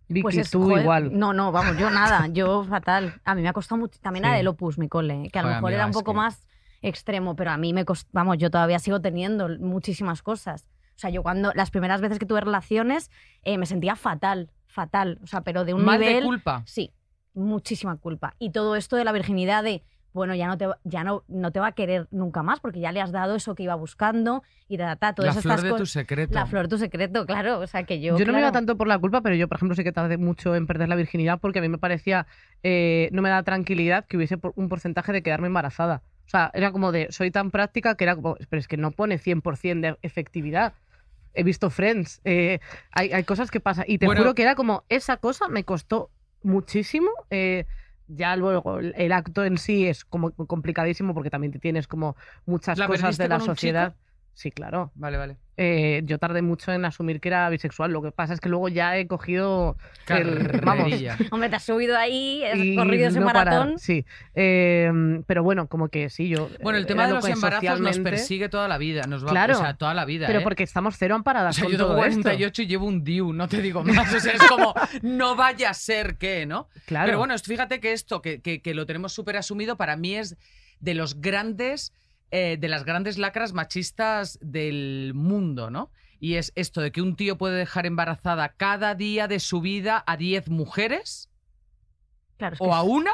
Vicky,
Pues es,
tú
joder,
igual.
No, no, vamos, yo nada,
[LAUGHS]
yo fatal. A mí me ha costado mucho. También la
Sí.
del Opus, mi cole, que a lo
Joder,
mejor
amiga,
era un
es
poco
que-
más extremo, pero a mí me costó. Vamos, yo todavía sigo teniendo muchísimas cosas. O sea, yo cuando las primeras veces que tuve relaciones eh, me sentía fatal, fatal, o sea, pero de un
Mal
nivel...
de culpa.
Sí, muchísima culpa. Y todo esto de la virginidad de, bueno, ya no te, va- ya no, no te va a querer nunca más porque ya le has dado eso que iba buscando y ta, ta, ta, todas
La
estas
flor de tu
cosas-
secreto.
La flor de tu secreto, claro. O sea, que yo.
Yo no me iba
claro,
tanto por la culpa, pero yo, por ejemplo, sí que tardé mucho en perder la virginidad porque a mí me parecía, eh, no me daba tranquilidad que hubiese por- un porcentaje de quedarme embarazada. O sea, era como de, soy tan práctica que era como, pero es que no pone 100% de efectividad. He visto Friends, eh, hay, hay cosas que pasan. Y te
Bueno.
juro que era como, esa cosa me costó muchísimo. eh, ya luego el el acto en sí es como complicadísimo porque también te tienes como muchas
¿La
cosas
perdiste
de la
con un chico?
sociedad. Sí, claro
Vale, vale.
eh, yo tardé mucho en asumir que era bisexual. Lo que pasa es que luego ya he cogido el. Vamos.
Carrerilla.
Hombre, te has subido ahí, has
y
corrido ese
no parar,
maratón.
Sí. Eh, pero bueno, como que sí, yo.
Bueno, el
eh,
tema
era
de
loca
los embarazos nos
socialmente,
persigue toda la vida. Nos va,
Claro.
O sea, toda la vida.
Pero
¿eh?
porque estamos cero
O
amparadas
sea,
con
yo tengo
todo esto.
48 y llevo un DIU, no te digo más. O sea, es como, no vaya a ser que, ¿no?
[LAUGHS] Claro.
Pero bueno, esto- fíjate que esto, que, que- que lo tenemos súper asumido, para mí es de los grandes, eh, de las grandes lacras machistas del mundo, ¿no? Y es esto de que un tío puede dejar embarazada cada día de su vida a 10 mujeres
Claro, es que
o a
es-
una.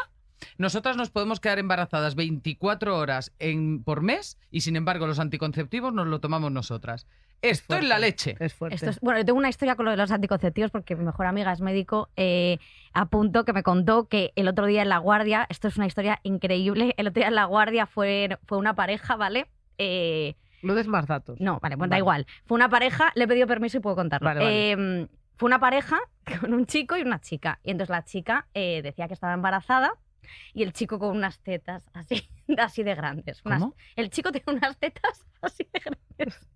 Nosotras nos podemos quedar embarazadas 24 horas en, por mes y sin embargo los anticonceptivos nos lo tomamos nosotras. Esto es
fuerte.
la leche.
Es fuerte.
Esto es- bueno, yo tengo una historia con lo de los anticonceptivos porque mi mejor amiga es médico eh, a punto que me contó que el otro día en la guardia, esto es una historia increíble, [LAUGHS] el otro día en la guardia fue, fue una pareja, ¿vale? Eh,
No des más datos.
No, vale, pues da
Vale.
igual. Fue una pareja, le he pedido permiso y puedo contarlo.
Vale, vale.
Eh, fue una pareja [LAUGHS] con un chico y una chica. Y entonces la chica eh, decía que estaba embarazada y el chico con unas tetas así, [LAUGHS] así de grandes. Unas-
¿Cómo?
El chico tiene unas tetas [LAUGHS] así de grandes.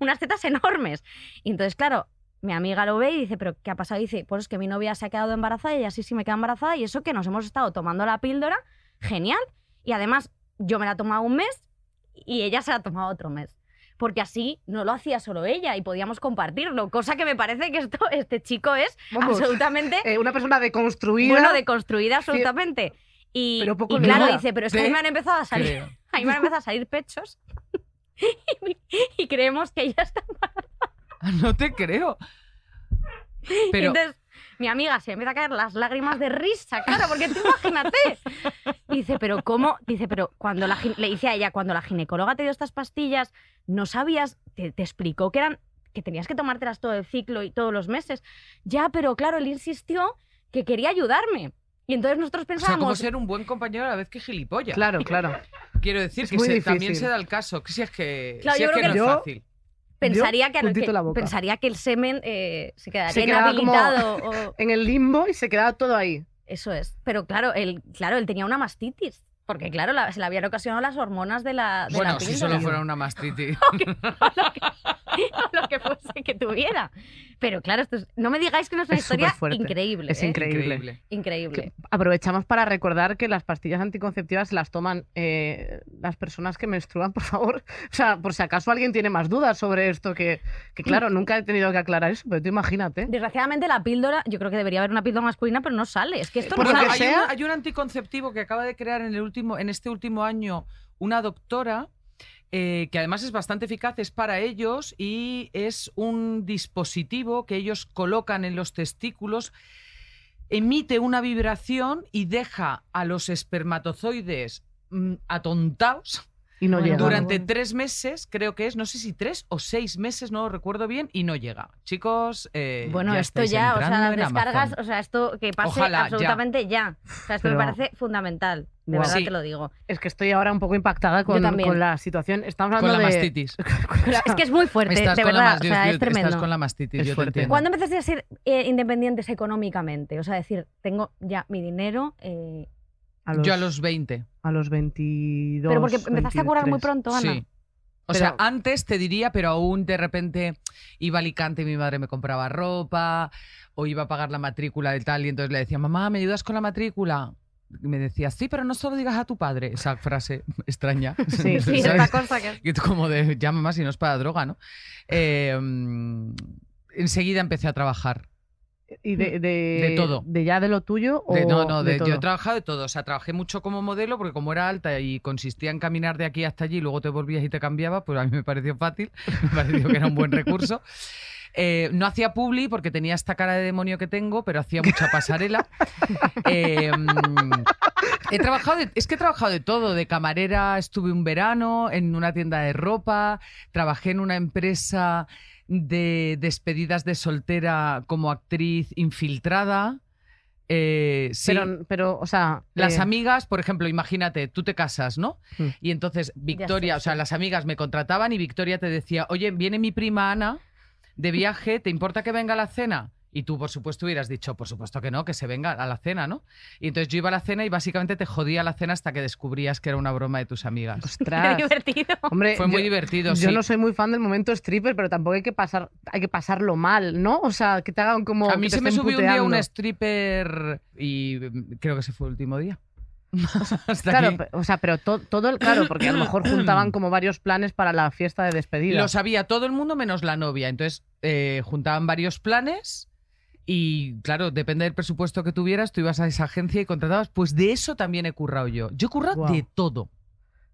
unas tetas enormes. Y entonces, claro, mi amiga lo ve y dice, ¿pero qué ha pasado? Y dice, pues es que mi novia se ha quedado embarazada y así sí me queda embarazada y eso que nos hemos estado tomando la píldora, genial. Y además, yo me la he tomado un mes y ella se la ha tomado otro mes. Porque así no lo hacía solo ella y podíamos compartirlo, cosa que me parece que esto, este chico es
Vamos,
absolutamente,
[LAUGHS] eh, una persona deconstruida.
bueno, deconstruida absolutamente. Y,
Pero poco
y
le
claro,
mola.
dice, pero es que a mí
Te
me han empezado a salir
Creo.
a mí me han empezado a salir pechos [LAUGHS] y, creemos que ya está.
Ah, No te creo.
Y
Pero,
Entonces, mi amiga se empieza a caer las lágrimas de risa, claro, porque tú imagínate. Y dice, pero ¿cómo? Dice, pero cuando la gin- le dice a ella, cuando la ginecóloga te dio estas pastillas, no sabías, te, te explicó que eran que tenías que tomártelas todo el ciclo y todos los meses. Ya, pero claro, él insistió que quería ayudarme. Y entonces nosotros
o sea, como
pensábamos,
ser un buen compañero a la vez que gilipollas.
Claro, claro.
Quiero decir
Es
que
muy
se- también
difícil.
se da el caso. que Si es que,
Claro,
si
yo
es
creo
que
que
no es
yo-
fácil.
pensaría que,
puntito
que-
la boca.
pensaría que el semen eh, se quedaría
Se quedaba como-
inhabilitado. o-
En el limbo y se quedaba todo ahí.
Eso es. Pero claro, él, claro, él tenía una mastitis. Porque claro, la- se le habían ocasionado las hormonas de la, de
Bueno,
la
si
píldora.
solo fuera una mastitis.
[LAUGHS] lo que fuese que tuviera. Pero claro, esto es- no me digáis que no es una
Es
historia
superfuerte.
increíble.
Es
¿eh?
increíble.
Increíble.
Aprovechamos para recordar que las pastillas anticonceptivas las toman eh, las personas que menstruan, [LAUGHS] por favor. O sea, por si acaso alguien tiene más dudas sobre esto, que, que
Mm.
claro, nunca he tenido que aclarar eso, pero tú imagínate.
Desgraciadamente la píldora, yo creo que debería haber una píldora masculina, pero no sale. Es que esto
Eh, Por
no
lo
Bueno,
sale.
que
hay,
sea-
un, hay un anticonceptivo que acaba de crear en, el último, en este último año una doctora eh, que además es bastante eficaz, es para ellos y es un dispositivo que ellos colocan en los testículos, emite una vibración y deja a los espermatozoides mm, atontados
Y no
Bueno,
llega.
durante
bueno.
tres meses, creo que es, no sé si tres o seis meses, no lo recuerdo bien, y no llega. Chicos, eh,
Bueno,
ya
esto
estáis
ya, o sea,
entrando
las
en
descargas,
Amazon.
o sea, esto que pase
Ojalá, ya.
absolutamente ya. O sea, esto me
Pero-
parece fundamental. De
Guau.
verdad
Sí.
te lo digo.
Es que estoy ahora un poco impactada con,
Yo también.
con la situación. Estamos
Con
hablando [LAUGHS]
la
de...
mastitis.
Es que es muy fuerte,
Estás
de
con la
verdad.
mas-
o sea,
yo-
es
yo-
tremendo.
Estás con la mastitis,
Es
yo te
fuerte.
entiendo.
¿Cuándo empezaste a ser eh, independientes económicamente? O sea, decir, tengo ya mi dinero. eh,
A los,
Yo a los 20,
a los 22,
pero porque empezaste a curar muy
23.
pronto, Ana.
sí. O sea,
Pero-
antes te diría, pero aún de repente iba a Alicante y mi madre me compraba ropa, o iba a pagar la matrícula de tal, y entonces le decía, mamá, ¿me ayudas con la matrícula? Y me decía, sí, pero no solo digas a tu padre. Esa frase [LAUGHS] extraña. [LAUGHS]
[LAUGHS]
Sí,
Sí,
¿sabes?
esta cosa que.
Y tú como de, ya mamá, si no es para droga, ¿no? Eh, mm, enseguida empecé a trabajar.
¿Y de, de-
Mm. De todo.
¿De ya de lo tuyo o
De- no, no, de-
de todo?
yo he trabajado de todo. O sea, trabajé mucho como modelo porque como era alta y consistía en caminar de [LAUGHS] aquí hasta allí y luego te volvías y te cambiabas, pues a mí me pareció fácil, me pareció que era un buen recurso. eh, no hacía publi porque tenía esta cara de demonio que tengo, pero hacía mucha
[LAUGHS]
pasarela. Eh, mm, he trabajado, de- es que he trabajado de todo, de camarera estuve un verano en una tienda de ropa, trabajé en una empresa de despedidas de soltera como actriz infiltrada. Eh, sí.
Pero, pero, o sea.
Las
eh,
amigas, por ejemplo, imagínate, tú te casas, ¿no?
Mm.
Y entonces Victoria,
sé,
o sea,
sí.
las amigas me contrataban y Victoria te decía, oye, viene mi prima Ana de viaje, ¿te importa que venga a la cena? Y tú, por supuesto, hubieras dicho, por supuesto que no, que se venga a la cena, ¿no? Y entonces yo iba a la cena y básicamente te jodía la cena hasta que descubrías que era una broma de tus amigas.
Qué [LAUGHS]
Ostras.
divertido.
Hombre,
Fue muy
eh, yo-
divertido,
Yo
sí.
no soy muy fan del momento stripper, pero tampoco hay que pasar, hay que pasarlo mal, ¿no? O sea, que te hagan como.
a mí
que te
se me
estén
subió un día
puteando.
un stripper y mm, creo que ese fue el último día. [LAUGHS] Hasta
Claro,
aquí.
pe- o sea, pero to- todo el claro, porque a lo mejor
[CLEARS THROAT]
juntaban como varios planes para la fiesta de despedida.
Lo sabía todo el mundo menos la novia. Entonces eh, juntaban varios planes y, claro, depende del presupuesto que tuvieras, tú ibas a esa agencia y contratabas. Pues de eso también he currado yo. Yo he currado
Guau.
de todo.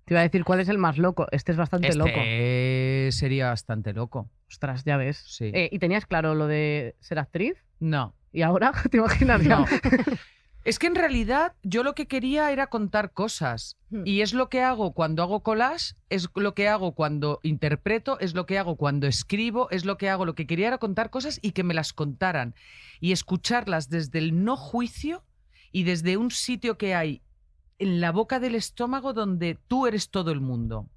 Te iba a decir cuál es el más loco. Este es bastante
Este
loco.
sería bastante loco.
Ostras, ya ves.
Sí.
Eh, ¿Y tenías claro lo de ser actriz?
No,
¿Y ahora? [LAUGHS] ¿Te imaginas? ya?
no. es que en realidad yo lo que quería era contar cosas. Y es lo que hago cuando hago collage, es lo que hago cuando interpreto, es lo que hago cuando escribo, es lo que hago. Lo que quería era contar cosas y que me las contaran y escucharlas desde el no juicio y desde un sitio que hay en la boca del estómago donde tú eres todo el mundo.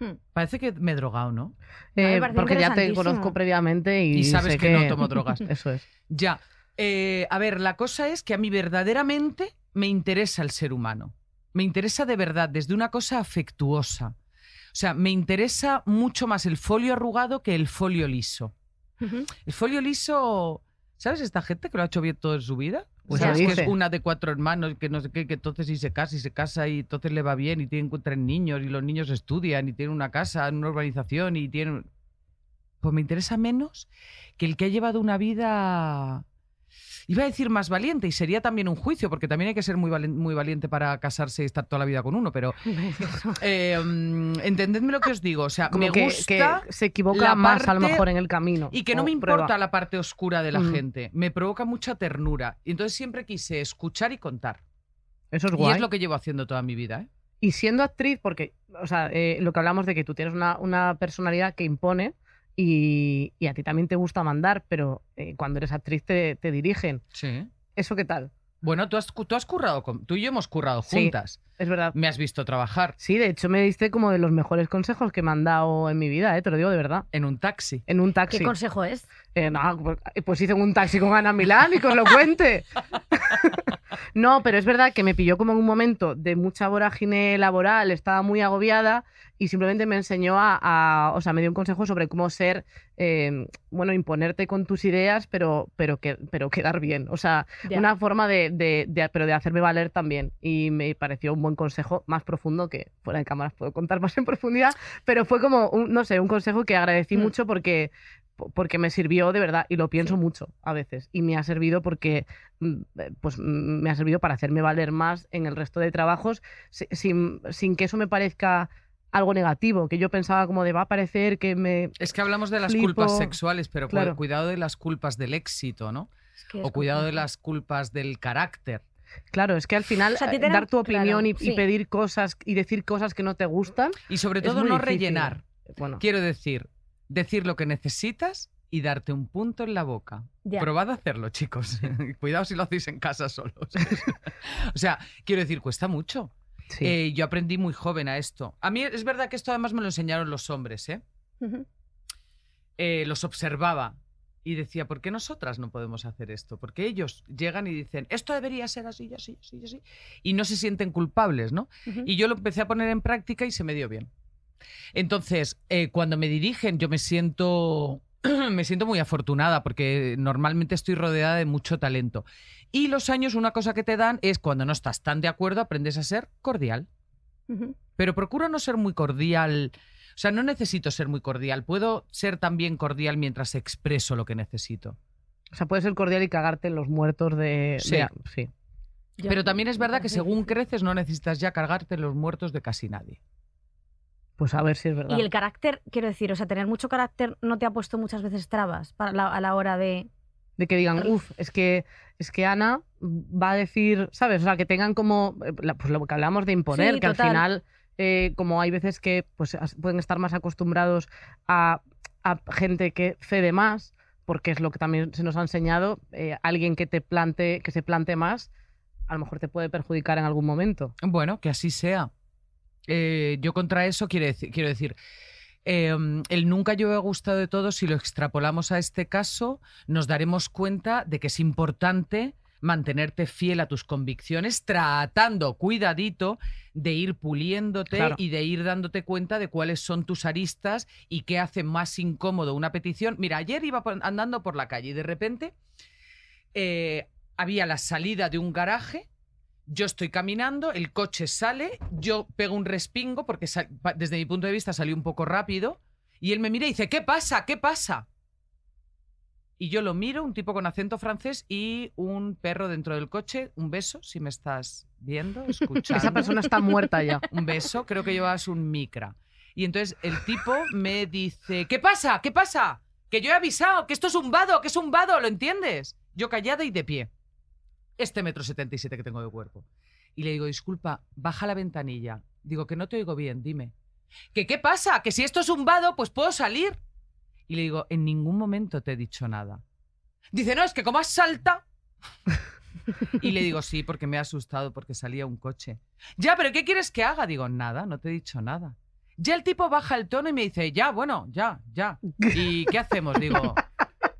Hmm.
Parece que me he drogado, ¿no?
me
Eh,
parece
porque ya te
interesantísimo.
conozco previamente y.
Y sabes
sé
que no tomo
[LAUGHS]
drogas.
Eso
[LAUGHS]
es.
Ya. Eh, a ver, la cosa es que a mí verdaderamente me interesa el ser humano. Me interesa de verdad, desde una cosa afectuosa. O sea, me interesa mucho más el folio arrugado que el folio liso.
Ujú.
El folio liso, ¿sabes esta gente que lo ha hecho bien toda su vida?
Pues
¿Sabes
lo
que es
dice.
una de cuatro hermanos, que no sé qué, que entonces si se casa y se casa y entonces le va bien y tienen tres niños y los niños estudian y tienen una casa en una urbanización y tienen... Pues me interesa menos que el que ha llevado una vida... Iba a decir más valiente y sería también un juicio, porque también hay que ser muy valen- muy valiente para casarse y estar toda la vida con uno, pero [LAUGHS] eh, mm, entendedme lo que os digo, o sea,
Como
me
que,
gusta
que se equivoca
la
más a lo
parte-
mejor en el camino.
y que no
o
me
Oh, prueba.
importa la parte oscura de la
Mm.
gente, me provoca mucha ternura. Y Entonces siempre quise escuchar y contar.
Eso es
Y
guay.
es lo que llevo haciendo toda mi vida. ¿eh?
Y siendo actriz, porque, o sea, eh, lo que hablamos de que tú tienes una, una personalidad que impone y, y a ti también te gusta mandar, pero eh, cuando eres actriz te, te dirigen.
Sí.
¿Eso qué tal?
Bueno, tú has, cu- tú has currado, con- tú y yo hemos currado
Sí.
juntas.
Es verdad.
Me has visto trabajar
Sí, de hecho me diste como de los mejores consejos que me han dado en mi vida, eh, te lo digo de verdad.
en un taxi.
En un
¿Qué
taxi.
consejo es?
Eh, no, pues- pues hice un taxi con Ana Milán y que os lo cuente. [LAUGHS] no, pero es verdad que me pilló como en un momento de mucha vorágine laboral, estaba muy agobiada y simplemente me enseñó a, a- o sea, me dio un consejo sobre cómo ser, eh, bueno, imponerte con tus ideas, pero, pero, que, pero quedar bien. O sea,
Ya.
una forma de, de- de- pero de hacerme valer también. Y me pareció un buen consejo más profundo que fuera de cámaras puedo contar más en profundidad, pero fue como, un, no sé, un consejo que agradecí
Mm.
mucho porque, po- porque me sirvió de verdad y lo pienso
Sí.
mucho a veces. Y me ha servido porque, mm, eh, pues, mm, me ha servido para hacerme valer más en el resto de trabajos si- sin, sin que eso me parezca algo negativo, que yo pensaba como de va a parecer que me...
Es que hablamos de las
Flipo.
culpas sexuales, pero cu-
Claro.
cuidado de las culpas del éxito, ¿no?
Es que es
O cuidado de
complejo.
las culpas del carácter.
Claro, es que al final
O sea, a ti
eh,
te dan-
dar tu opinión
claro,
y- y,
sí.
pedir cosas y decir cosas que no te gustan,
Y sobre
Es
todo
muy
no
difícil.
rellenar.
bueno.
Quiero decir, decir lo que necesitas y darte un punto en la boca.
Ya.
Probad a hacerlo, chicos. [LAUGHS] Cuidado si lo hacéis en casa solos. [LAUGHS] o sea, quiero decir, cuesta mucho.
Sí.
Eh, yo aprendí muy joven a esto. A mí es verdad que esto además me lo enseñaron los hombres, ¿eh?
Ujú.
Eh, los observaba y decía, ¿por qué nosotras no podemos hacer esto? Porque ellos llegan y dicen, esto debería ser así, y así, y así, y así, y no se sienten culpables, ¿no?
Ujú.
Y yo lo empecé a poner en práctica y se me dio bien. Entonces, eh, cuando me dirigen, yo me siento, [CLEARS THROAT] me siento muy afortunada porque normalmente estoy rodeada de mucho talento. Y los años, una cosa que te dan es cuando no estás tan de acuerdo, aprendes a ser cordial.
Ujú.
Pero procuro no ser muy cordial. O sea, no necesito ser muy cordial. Puedo ser también cordial mientras expreso lo que necesito.
O sea, puede ser cordial y cagarte en los muertos de...
Sí.
de- sí.
Ya.
Pero también es
Me
verdad que
parece
según
difícil.
creces no necesitas ya cargarte los muertos de casi nadie.
Pues a ver si es verdad.
Y el carácter, quiero decir, o sea, tener mucho carácter no te ha puesto muchas veces trabas para la- a la hora de...
De que digan, uff, es que, es que Ana va a decir, ¿sabes? O sea, que tengan como, eh, la- pues lo que hablamos de imponer,
Sí,
que
total.
al final, eh, como hay veces que pues, as- pueden estar más acostumbrados a, a gente que cede más, porque es lo que también se nos ha enseñado, eh, alguien que te plante, que se plante más, a lo mejor te puede perjudicar en algún momento.
Bueno, que así sea. Eh, yo contra eso quiero decir, quiero decir eh, el nunca yo he gustado de todo, si lo extrapolamos a este caso, nos daremos cuenta de que es importante mantenerte fiel a tus convicciones, tratando, cuidadito, de ir puliéndote
Claro.
y de ir dándote cuenta de cuáles son tus aristas y qué hace más incómodo una petición. Mira, ayer iba por- andando por la calle y de repente eh, había la salida de un garaje. Yo estoy caminando, el coche sale, yo pego un respingo porque sa- pa- desde mi punto de vista salió un poco rápido y él me mira y dice, ¿qué pasa? ¿Qué pasa? Y yo lo miro, un tipo con acento francés y un perro dentro del coche, un beso, si me estás
[LAUGHS]
viendo, escuchando
Esa persona está muerta ya.
un beso, creo que llevabas un micra. Y entonces el tipo me dice, ¿qué pasa? ¿Qué pasa? Que yo he avisado, que esto es un vado, que es un vado, ¿lo entiendes? Yo callada y de pie. Este metro 77 que tengo de cuerpo. Y le digo, disculpa, baja la ventanilla. Digo, que no te oigo bien, dime. ¿Que qué pasa? Que si esto es un vado, pues puedo salir. Y le digo, en ningún momento te he dicho nada. Dice, no, es que como has salta. [LAUGHS] y le digo, sí, porque me he asustado, porque salía un coche. Ya, pero ¿qué quieres que haga? Digo, nada, no te he dicho nada. Ya el tipo baja el tono y me dice, ya, bueno, ya, ya.
[LAUGHS]
¿Y qué hacemos? Digo,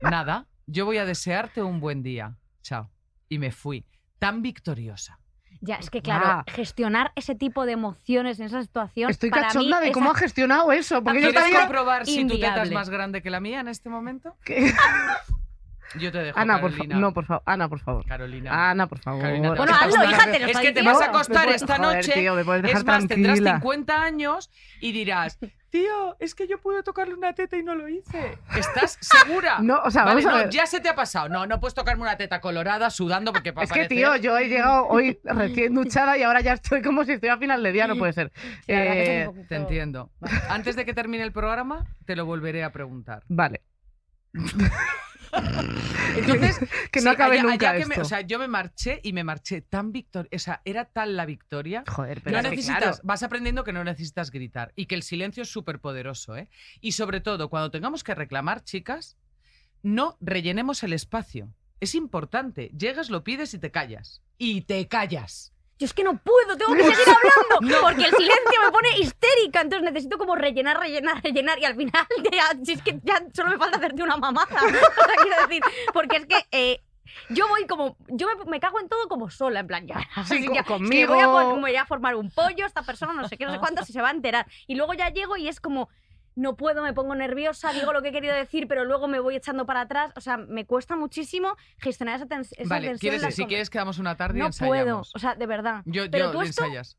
nada, yo voy a desearte un buen día. Chao. Y me fui, tan victoriosa.
Ya, es que claro,
Ah.
gestionar ese tipo de emociones en esa situación...
Estoy
para mí
cachonda de
es
cómo ha gestionado eso, porque yo
¿Quieres
también...
comprobar si tu teta es
inviable.
más grande que la mía en este momento? Yo te dejo,
Ana, por
Carolina.
favor. No, Ah, por favor. Ana, por favor.
Carolina.
Ana, por favor.
Carolina, te
Bueno,
vas a
hazlo,
acostar-
hija, te lo
Es
está
que te vas a
diciendo.
acostar
Me
esta
puedes-
noche
joder, tío, me puedes dejar
Es más,
tranquila.
tendrás 50 años y dirás, tío, es que yo pude tocarle una teta y no lo hice. ¿Estás segura?
[LAUGHS] No, o sea,
Vale,
vamos a
no,
ver.
ya se te ha pasado. No, no puedes tocarme una teta colorada sudando porque para
Es que, tío, yo he
[LAUGHS]
llegado hoy recién duchada y ahora ya estoy como si estoy a final de día, no puede ser.
la verdad que es un
Eh,
poquito-
Te entiendo. Antes de que termine el programa, te lo volveré a preguntar.
Vale.
Entonces,
[LAUGHS] Que no
sí,
acabe
allá-
nunca
allá que me-
esto.
o sea, yo me marché y me marché tan victoria. O sea, era tal la victoria
Joder, pero
No
es que,
necesitas,
claro,
vas aprendiendo que no necesitas gritar y que el silencio es súper poderoso, ¿eh? Y sobre todo, cuando tengamos que reclamar, chicas, no rellenemos el espacio. Es importante. Llegas, lo pides y te callas. Y te callas.
Yo es que no puedo, tengo que seguir hablando, porque el silencio me pone histérica, entonces necesito como rellenar, rellenar, rellenar, y al final, [LAUGHS] ya- si es que ya solo me falta hacerte una mamada, [LAUGHS] o sea, quiero decir, porque es que eh, yo voy como, yo me, me cago en todo como sola, en plan, ya,
Sí,
así
co-
que- es que
conmigo.
voy a, por- me voy a formar un pollo, esta persona no sé qué, no sé cuánto, si se va a enterar, y luego ya llego y es como... No puedo, me pongo nerviosa, digo lo que he querido decir, pero luego me voy echando para atrás. O sea, me cuesta muchísimo gestionar esa, tens- esa
vale,
tensión.
quieres,
en las
si
conver-
quieres quedamos una tarde y
no puedo,
ensayamos.
o sea, de verdad.
yo,
Pero
yo
tú esto
ensayas.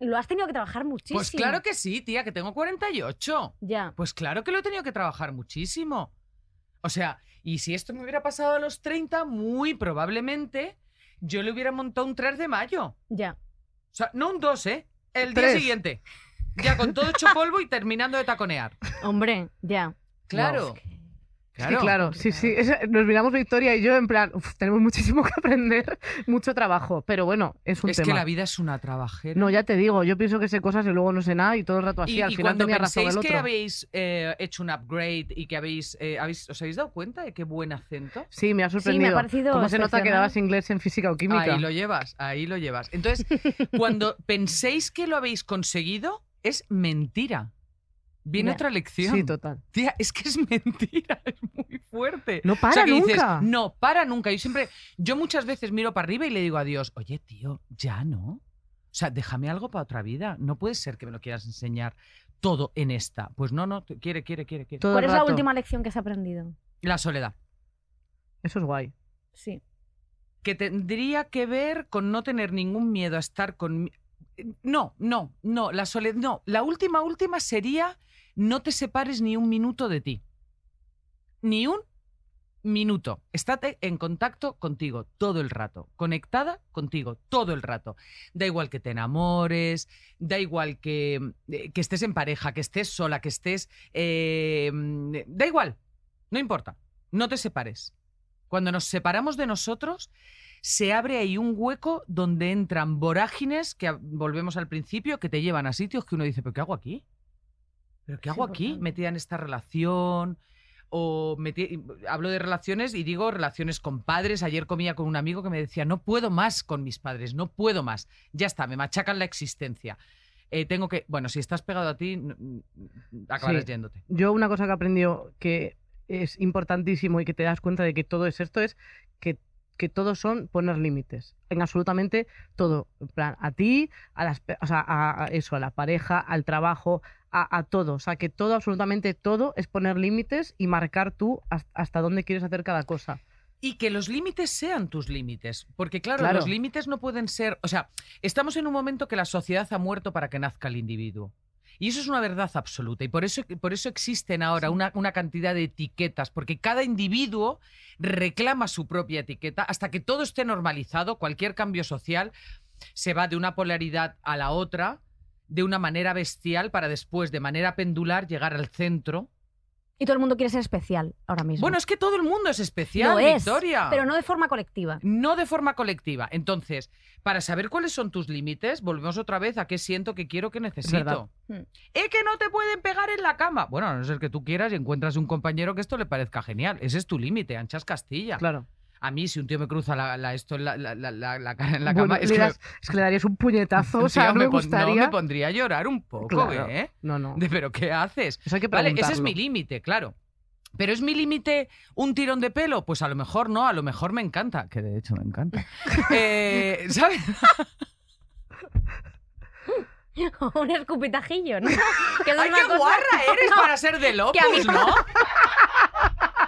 lo has tenido que trabajar muchísimo.
Pues claro que sí, tía, que tengo 48.
Ya.
Pues claro que lo he tenido que trabajar muchísimo. O sea, y si esto me hubiera pasado a los 30, muy probablemente yo le hubiera montado un 3 de mayo.
Ya.
O sea, no un 2, ¿eh? El
Tres.
día siguiente. Ya con todo hecho polvo y terminando de taconear.
Hombre, ya.
Claro.
es que claro, sí, sí. es- nos miramos Victoria y yo en plan, "Uf, tenemos muchísimo que aprender, mucho trabajo, pero bueno, es un
Es que
tema.
la vida es una trabajera.
No, ya te digo, yo pienso que sé cosas y luego no sé nada y todo el rato así,
y,
Pues al
y
final
cuando
tenía razón
penséis
el
que
otro.
habéis eh, hecho un upgrade y que habéis, eh, habéis- ¿Os habéis dado cuenta de qué buen acento?
Sí, me ha sorprendido.
parecido
¿Cómo se nota que
excepcional.
dabas inglés en física o química?
Ahí lo llevas, ahí lo llevas.
[LAUGHS]
Entonces, cuando penséis que lo habéis conseguido, es mentira. Viene
Ya.
otra lección.
Sí, total.
Tía, es que es [LAUGHS] mentira, es muy fuerte.
No para
o sea, que dices,
nunca.
no, para nunca. Yo siempre, yo muchas veces miro para arriba y le digo a Dios, oye, tío, ya no. O sea, déjame algo para otra vida. No puede ser que me lo quieras enseñar todo en esta. Pues no, no, te- quiere, quiere, quiere, quiere.
Todo
¿Cuál
el
es la
rato.
última lección que has aprendido?
La soledad.
Eso es guay.
Sí.
Que tendría que ver con no tener ningún miedo a estar con... No, no, no, la soledad, no. La última, última sería no te separes ni un minuto de ti. Ni un minuto. Estate en contacto contigo todo el rato, conectada contigo todo el rato. Da igual que te enamores, da igual que, eh, que estés en pareja, que estés sola, que estés... eh, da igual, no importa, no te separes. Cuando nos separamos de nosotros, se abre ahí un hueco donde entran vorágines, que a- volvemos al principio, que te llevan a sitios que uno dice, pero ¿qué hago aquí? ¿Pero qué
Es
hago aquí?
importante.
Metida en esta relación. O meti- hablo de relaciones y digo relaciones con padres. Ayer comía con un amigo que me decía, no puedo más con mis padres, no puedo más. Ya está, me machacan la existencia. Eh, tengo que, bueno, si estás pegado a ti, n- n- acabarás
Sí.
yéndote.
Yo una cosa que he aprendido que es importantísimo y que te das cuenta de que todo es esto es que, que todo son poner límites. En absolutamente todo. En plan, a ti, a las pe- o sea, a, a eso, a la pareja, al trabajo, a, a todo. O sea, que todo, absolutamente todo, es poner límites y marcar tú has- hasta dónde quieres hacer cada cosa.
Y que los límites sean tus límites. Porque, claro,
Claro.
los límites no pueden ser. O sea, estamos en un momento que la sociedad ha muerto para que nazca el individuo. Y eso es una verdad absoluta. Y por eso, por eso existen ahora una, una cantidad de etiquetas. Porque cada individuo reclama su propia etiqueta hasta que todo esté normalizado. Cualquier cambio social se va de una polaridad a la otra de una manera bestial para después, de manera pendular, llegar al centro.
Y todo el mundo quiere ser especial ahora mismo.
Bueno, es que todo el mundo es especial,
Lo es,
Victoria.
pero no de forma colectiva. [LAUGHS]
No de forma colectiva. Entonces, para saber cuáles son tus límites, volvemos otra vez a qué siento, qué quiero, qué
verdad.
necesito.
Mm.
Es que no te pueden pegar en la cama. Bueno, a no ser que tú quieras y encuentras un compañero que esto le parezca genial. Ese es tu límite, anchas Castilla.
Claro.
A mí, si un tío me cruza la, la- esto en la, la- la- la- la cara en la cama,
Bueno,
es
le
que
das- es que le darías un
[LAUGHS]
puñetazo. O sea,
tío,
no me
pon-
gustaría.
me pondría a llorar un poco,
Claro.
¿eh?
No, no.
De, pero ¿qué haces?
Eso hay que
Vale, ese es
preguntarlo.
mi límite, claro. Pero es mi límite un tirón de pelo, pues a lo mejor no, a lo mejor me encanta, que de hecho me
[LAUGHS]
encanta. Eh, ¿Sabes?
un escupitajillo,
[LAUGHS]
¿no? Que eso es
¡Ay,
una
qué
cosa-
guarra eres
No,
para ser del
que a mí-
Opus, ¿no?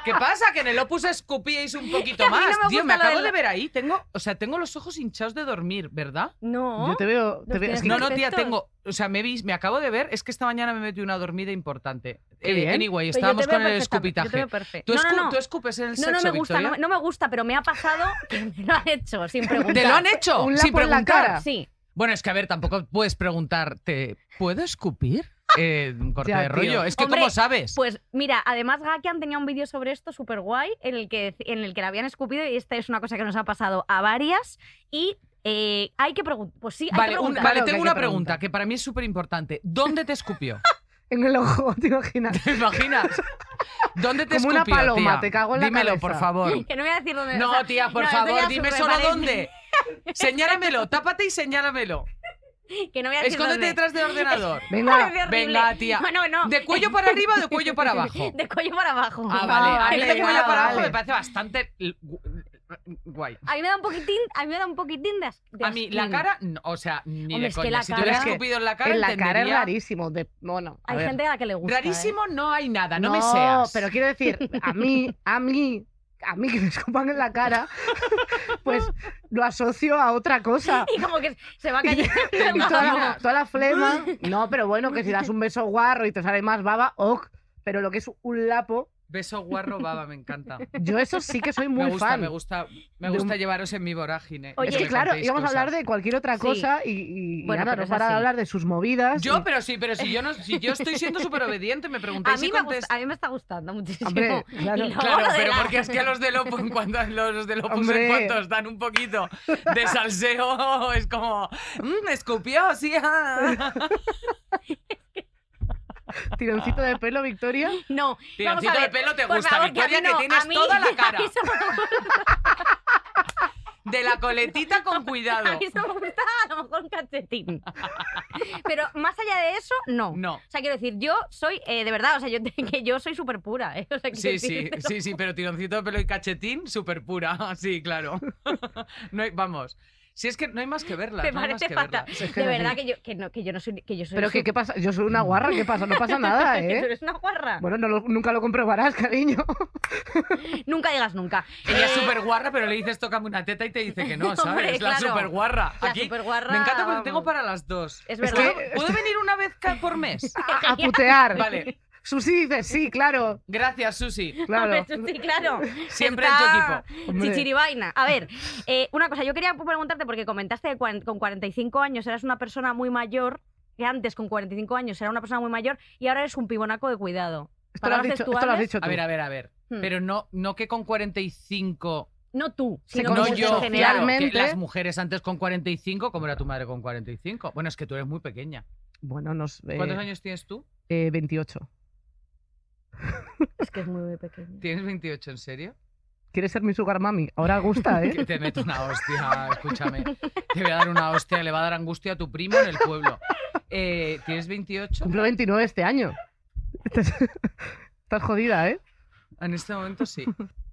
¿Qué pasa? Que en el Opus escupíais un
Que
poquito
a mí no
más.
me
Tío,
gusta
me
lo
acabo
del-
de ver ahí. Tengo, o sea, tengo los ojos hinchados de dormir, ¿verdad?
No.
Yo te veo. te
Los
veo- es
tienes
que-
No, no, tía,
perfectos.
tengo. O sea, me, vi- me acabo de ver. Es que esta mañana me metí una dormida importante. Eh,
Qué bien.
Pero Pues yo te
anyway,
veo
estábamos con el
perfectamente, yo te
escupitaje.
veo perfecto.
¿Tú,
No, no,
escu-
no.
tú escupes en el
No,
sexo,
no me gusta, no
Victoria?
me, no me gusta, pero me ha pasado que me lo han hecho
[LAUGHS]
sin preguntar.
¿Te lo han hecho?
Un
sin
lapo en la
preguntar.
cara.
Sí.
Bueno, es que a ver, tampoco puedes preguntarte, ¿puedo escupir? Eh, un corte
Ya,
de
tío.
rollo. Es que,
Hombre,
¿cómo sabes?
Pues mira, además Gakian tenía un vídeo sobre esto súper guay en el que en el que la habían escupido y esta es una cosa que nos ha pasado a varias y eh, hay que preguntar. Pues sí, hay
vale,
que
un-
preguntar.
vale,
Claro que
tengo
hay
una
que
pregunta
preguntar.
que para mí es súper importante. ¿Dónde te escupió?
En el ojo, [LAUGHS] te
[LAUGHS]
imaginas.
¿Te imaginas? ¿Dónde te
Como
escupió?
una paloma,
tía?
te cago en la
Dímelo,
cabeza.
por favor.
Que no voy a decir dónde. o
No,
sea,
tía, por
no, esto ya
favor, dime
sube,
solo
parece.
dónde. Señálamelo, tápate y señálamelo.
Que no voy a decir
Escóndete
dónde.
detrás del ordenador.
Venga.
Parece horrible.
Venga, tía.
[LAUGHS] No, no, no.
¿De cuello para arriba o de
[LAUGHS]
cuello para abajo?
De cuello para abajo. [LAUGHS]
Ah, vale. A mí
vale,
de cuello para abajo
vale.
me parece bastante l- gu- guay.
A mí me da un poquitín, a mí me da un poquitín de, as- de
A mí, la
asquín.
cara, no, o sea, ni
Hombre,
de
es que
coña.
la
si
cara-
te hubiera
Es que
escupido en la cara,
En la cara es
entendería-
rarísimo. De, bueno, a
Hay
ver.
gente a la que le gusta. ¿eh?
Rarísimo no hay nada, no, me seas.
pero quiero decir, a mí, a mí, a mí que me escupan en la cara, pues lo asocio a otra cosa.
[LAUGHS] Y como que se va
[LAUGHS]
cayendo.
Y
[LAUGHS]
toda, la, toda la flema. No, pero bueno, que si das un beso guarro y te sale más baba, ok. Pero lo que es un lapo,
Beso guarro baba, me encanta.
yo eso sí que soy muy
me gusta,
fan.
me gusta, me
De
gusta
un-
llevaros en mi vorágine.
Oye,
es
y
que
me
claro,
contéis
íbamos a hablar
cosas.
de cualquier otra
Sí.
cosa y, y- y
Bueno,
Ana
pero
no
es
para de
así.
hablar de sus movidas. y-
Yo, pero sí, pero si yo no, si yo estoy siendo súper obediente,
[LAUGHS]
me
A
preguntáis
mí,
si
me
contesto.
gusta- a mí me está gustando muchísimo.
Hombre,
Y
claro.
luego
Claro,
lo de
pero
la-
porque es que los del Opus, en cuanto los del Opus
Hombre.
en cuanto os dan un poquito de salseo, es como, "Mm, me escupió, sí. ah".
Tironcito de pelo, Victoria.
No, vamos
Tironcito
a
de
ver.
pelo te
Por
gusta,
favor,
Victoria,
a mí
que
no,
tienes
a mí-
toda la
[LAUGHS]
cara.
A mí solo me gusta,
De la coletita con
a [LAUGHS]
cuidado.
mí solo me gusta a lo mejor un
[LAUGHS]
cachetín. Pero más allá de eso, no.
No.
O sea, quiero decir, yo soy, eh, de verdad, o sea, yo, que yo soy súper pura. ¿eh? O sea, quiero
Sí, sí,
[LAUGHS] decirte-
sí, sí, pero tironcito de pelo y cachetín, súper pura. [LAUGHS] Sí, claro. No hay- vamos. Si es que no hay más que verla.
Me
no hay más
parece
que verla.
fatal. De verdad que yo, que no, que yo no soy. Que yo soy
Pero que,
súper-
¿qué pasa? Yo soy una guarra, ¿qué pasa? No pasa nada,
[LAUGHS]
[LAUGHS]
que tú
¿eh?
eres una guarra.
Bueno, no lo- nunca lo comprobarás, cariño. [LAUGHS]
Nunca digas nunca.
Ella es
Eh,
súper guarra, pero le dices tócame una teta y te dice que no,
[LAUGHS] Hombre,
¿sabes? la
claro.
súper guarra.
La
Aquí
superguarra,
me encanta porque tengo
vamos.
para las dos.
Es
Es
verdad.
que-
[LAUGHS]
[LAUGHS] ¿Puedo venir una vez ca- por mes?
A, a putear.
Vale.
Susi dice, sí,
[LAUGHS]
claro.
Gracias, Susi.
Claro.
Eso [LAUGHS] sí, claro.
Siempre
Está
en tu equipo.
Hombre.
Chichiribaina. A ver, eh, una cosa, yo quería preguntarte, porque comentaste que cuaren- con 45 años eras una persona muy mayor, que antes con 45 años era una persona muy mayor, y ahora eres un pibonaco de cuidado.
Esto lo, has
Palabras
dicho, esto lo has
textuales.
dicho tú.
A ver, a ver, a ver.
Hmm.
Pero no, no que con 45.
No tú,
Se
sino
con-
no
en
yo,
general.
claro, que
Realmente-
las mujeres antes con 45, como era tu madre con 45? Bueno, es que tú eres muy pequeña.
Bueno, nos. eh,
¿Cuántos años tienes tú?
eh, 28.
Es que es muy, muy pequeño.
¿Tienes 28 en serio?
¿Quieres ser mi sugar mami? Ahora
[LAUGHS]
gusta, ¿eh?
Que te meto una
[LAUGHS]
hostia, escúchame. Te voy a dar una hostia, le va a dar angustia a tu primo en el pueblo. Eh, ¿Tienes 28?
Cumplo 29 este año. Estás, [LAUGHS] estás jodida, ¿eh?
En este
[LAUGHS]
momento sí.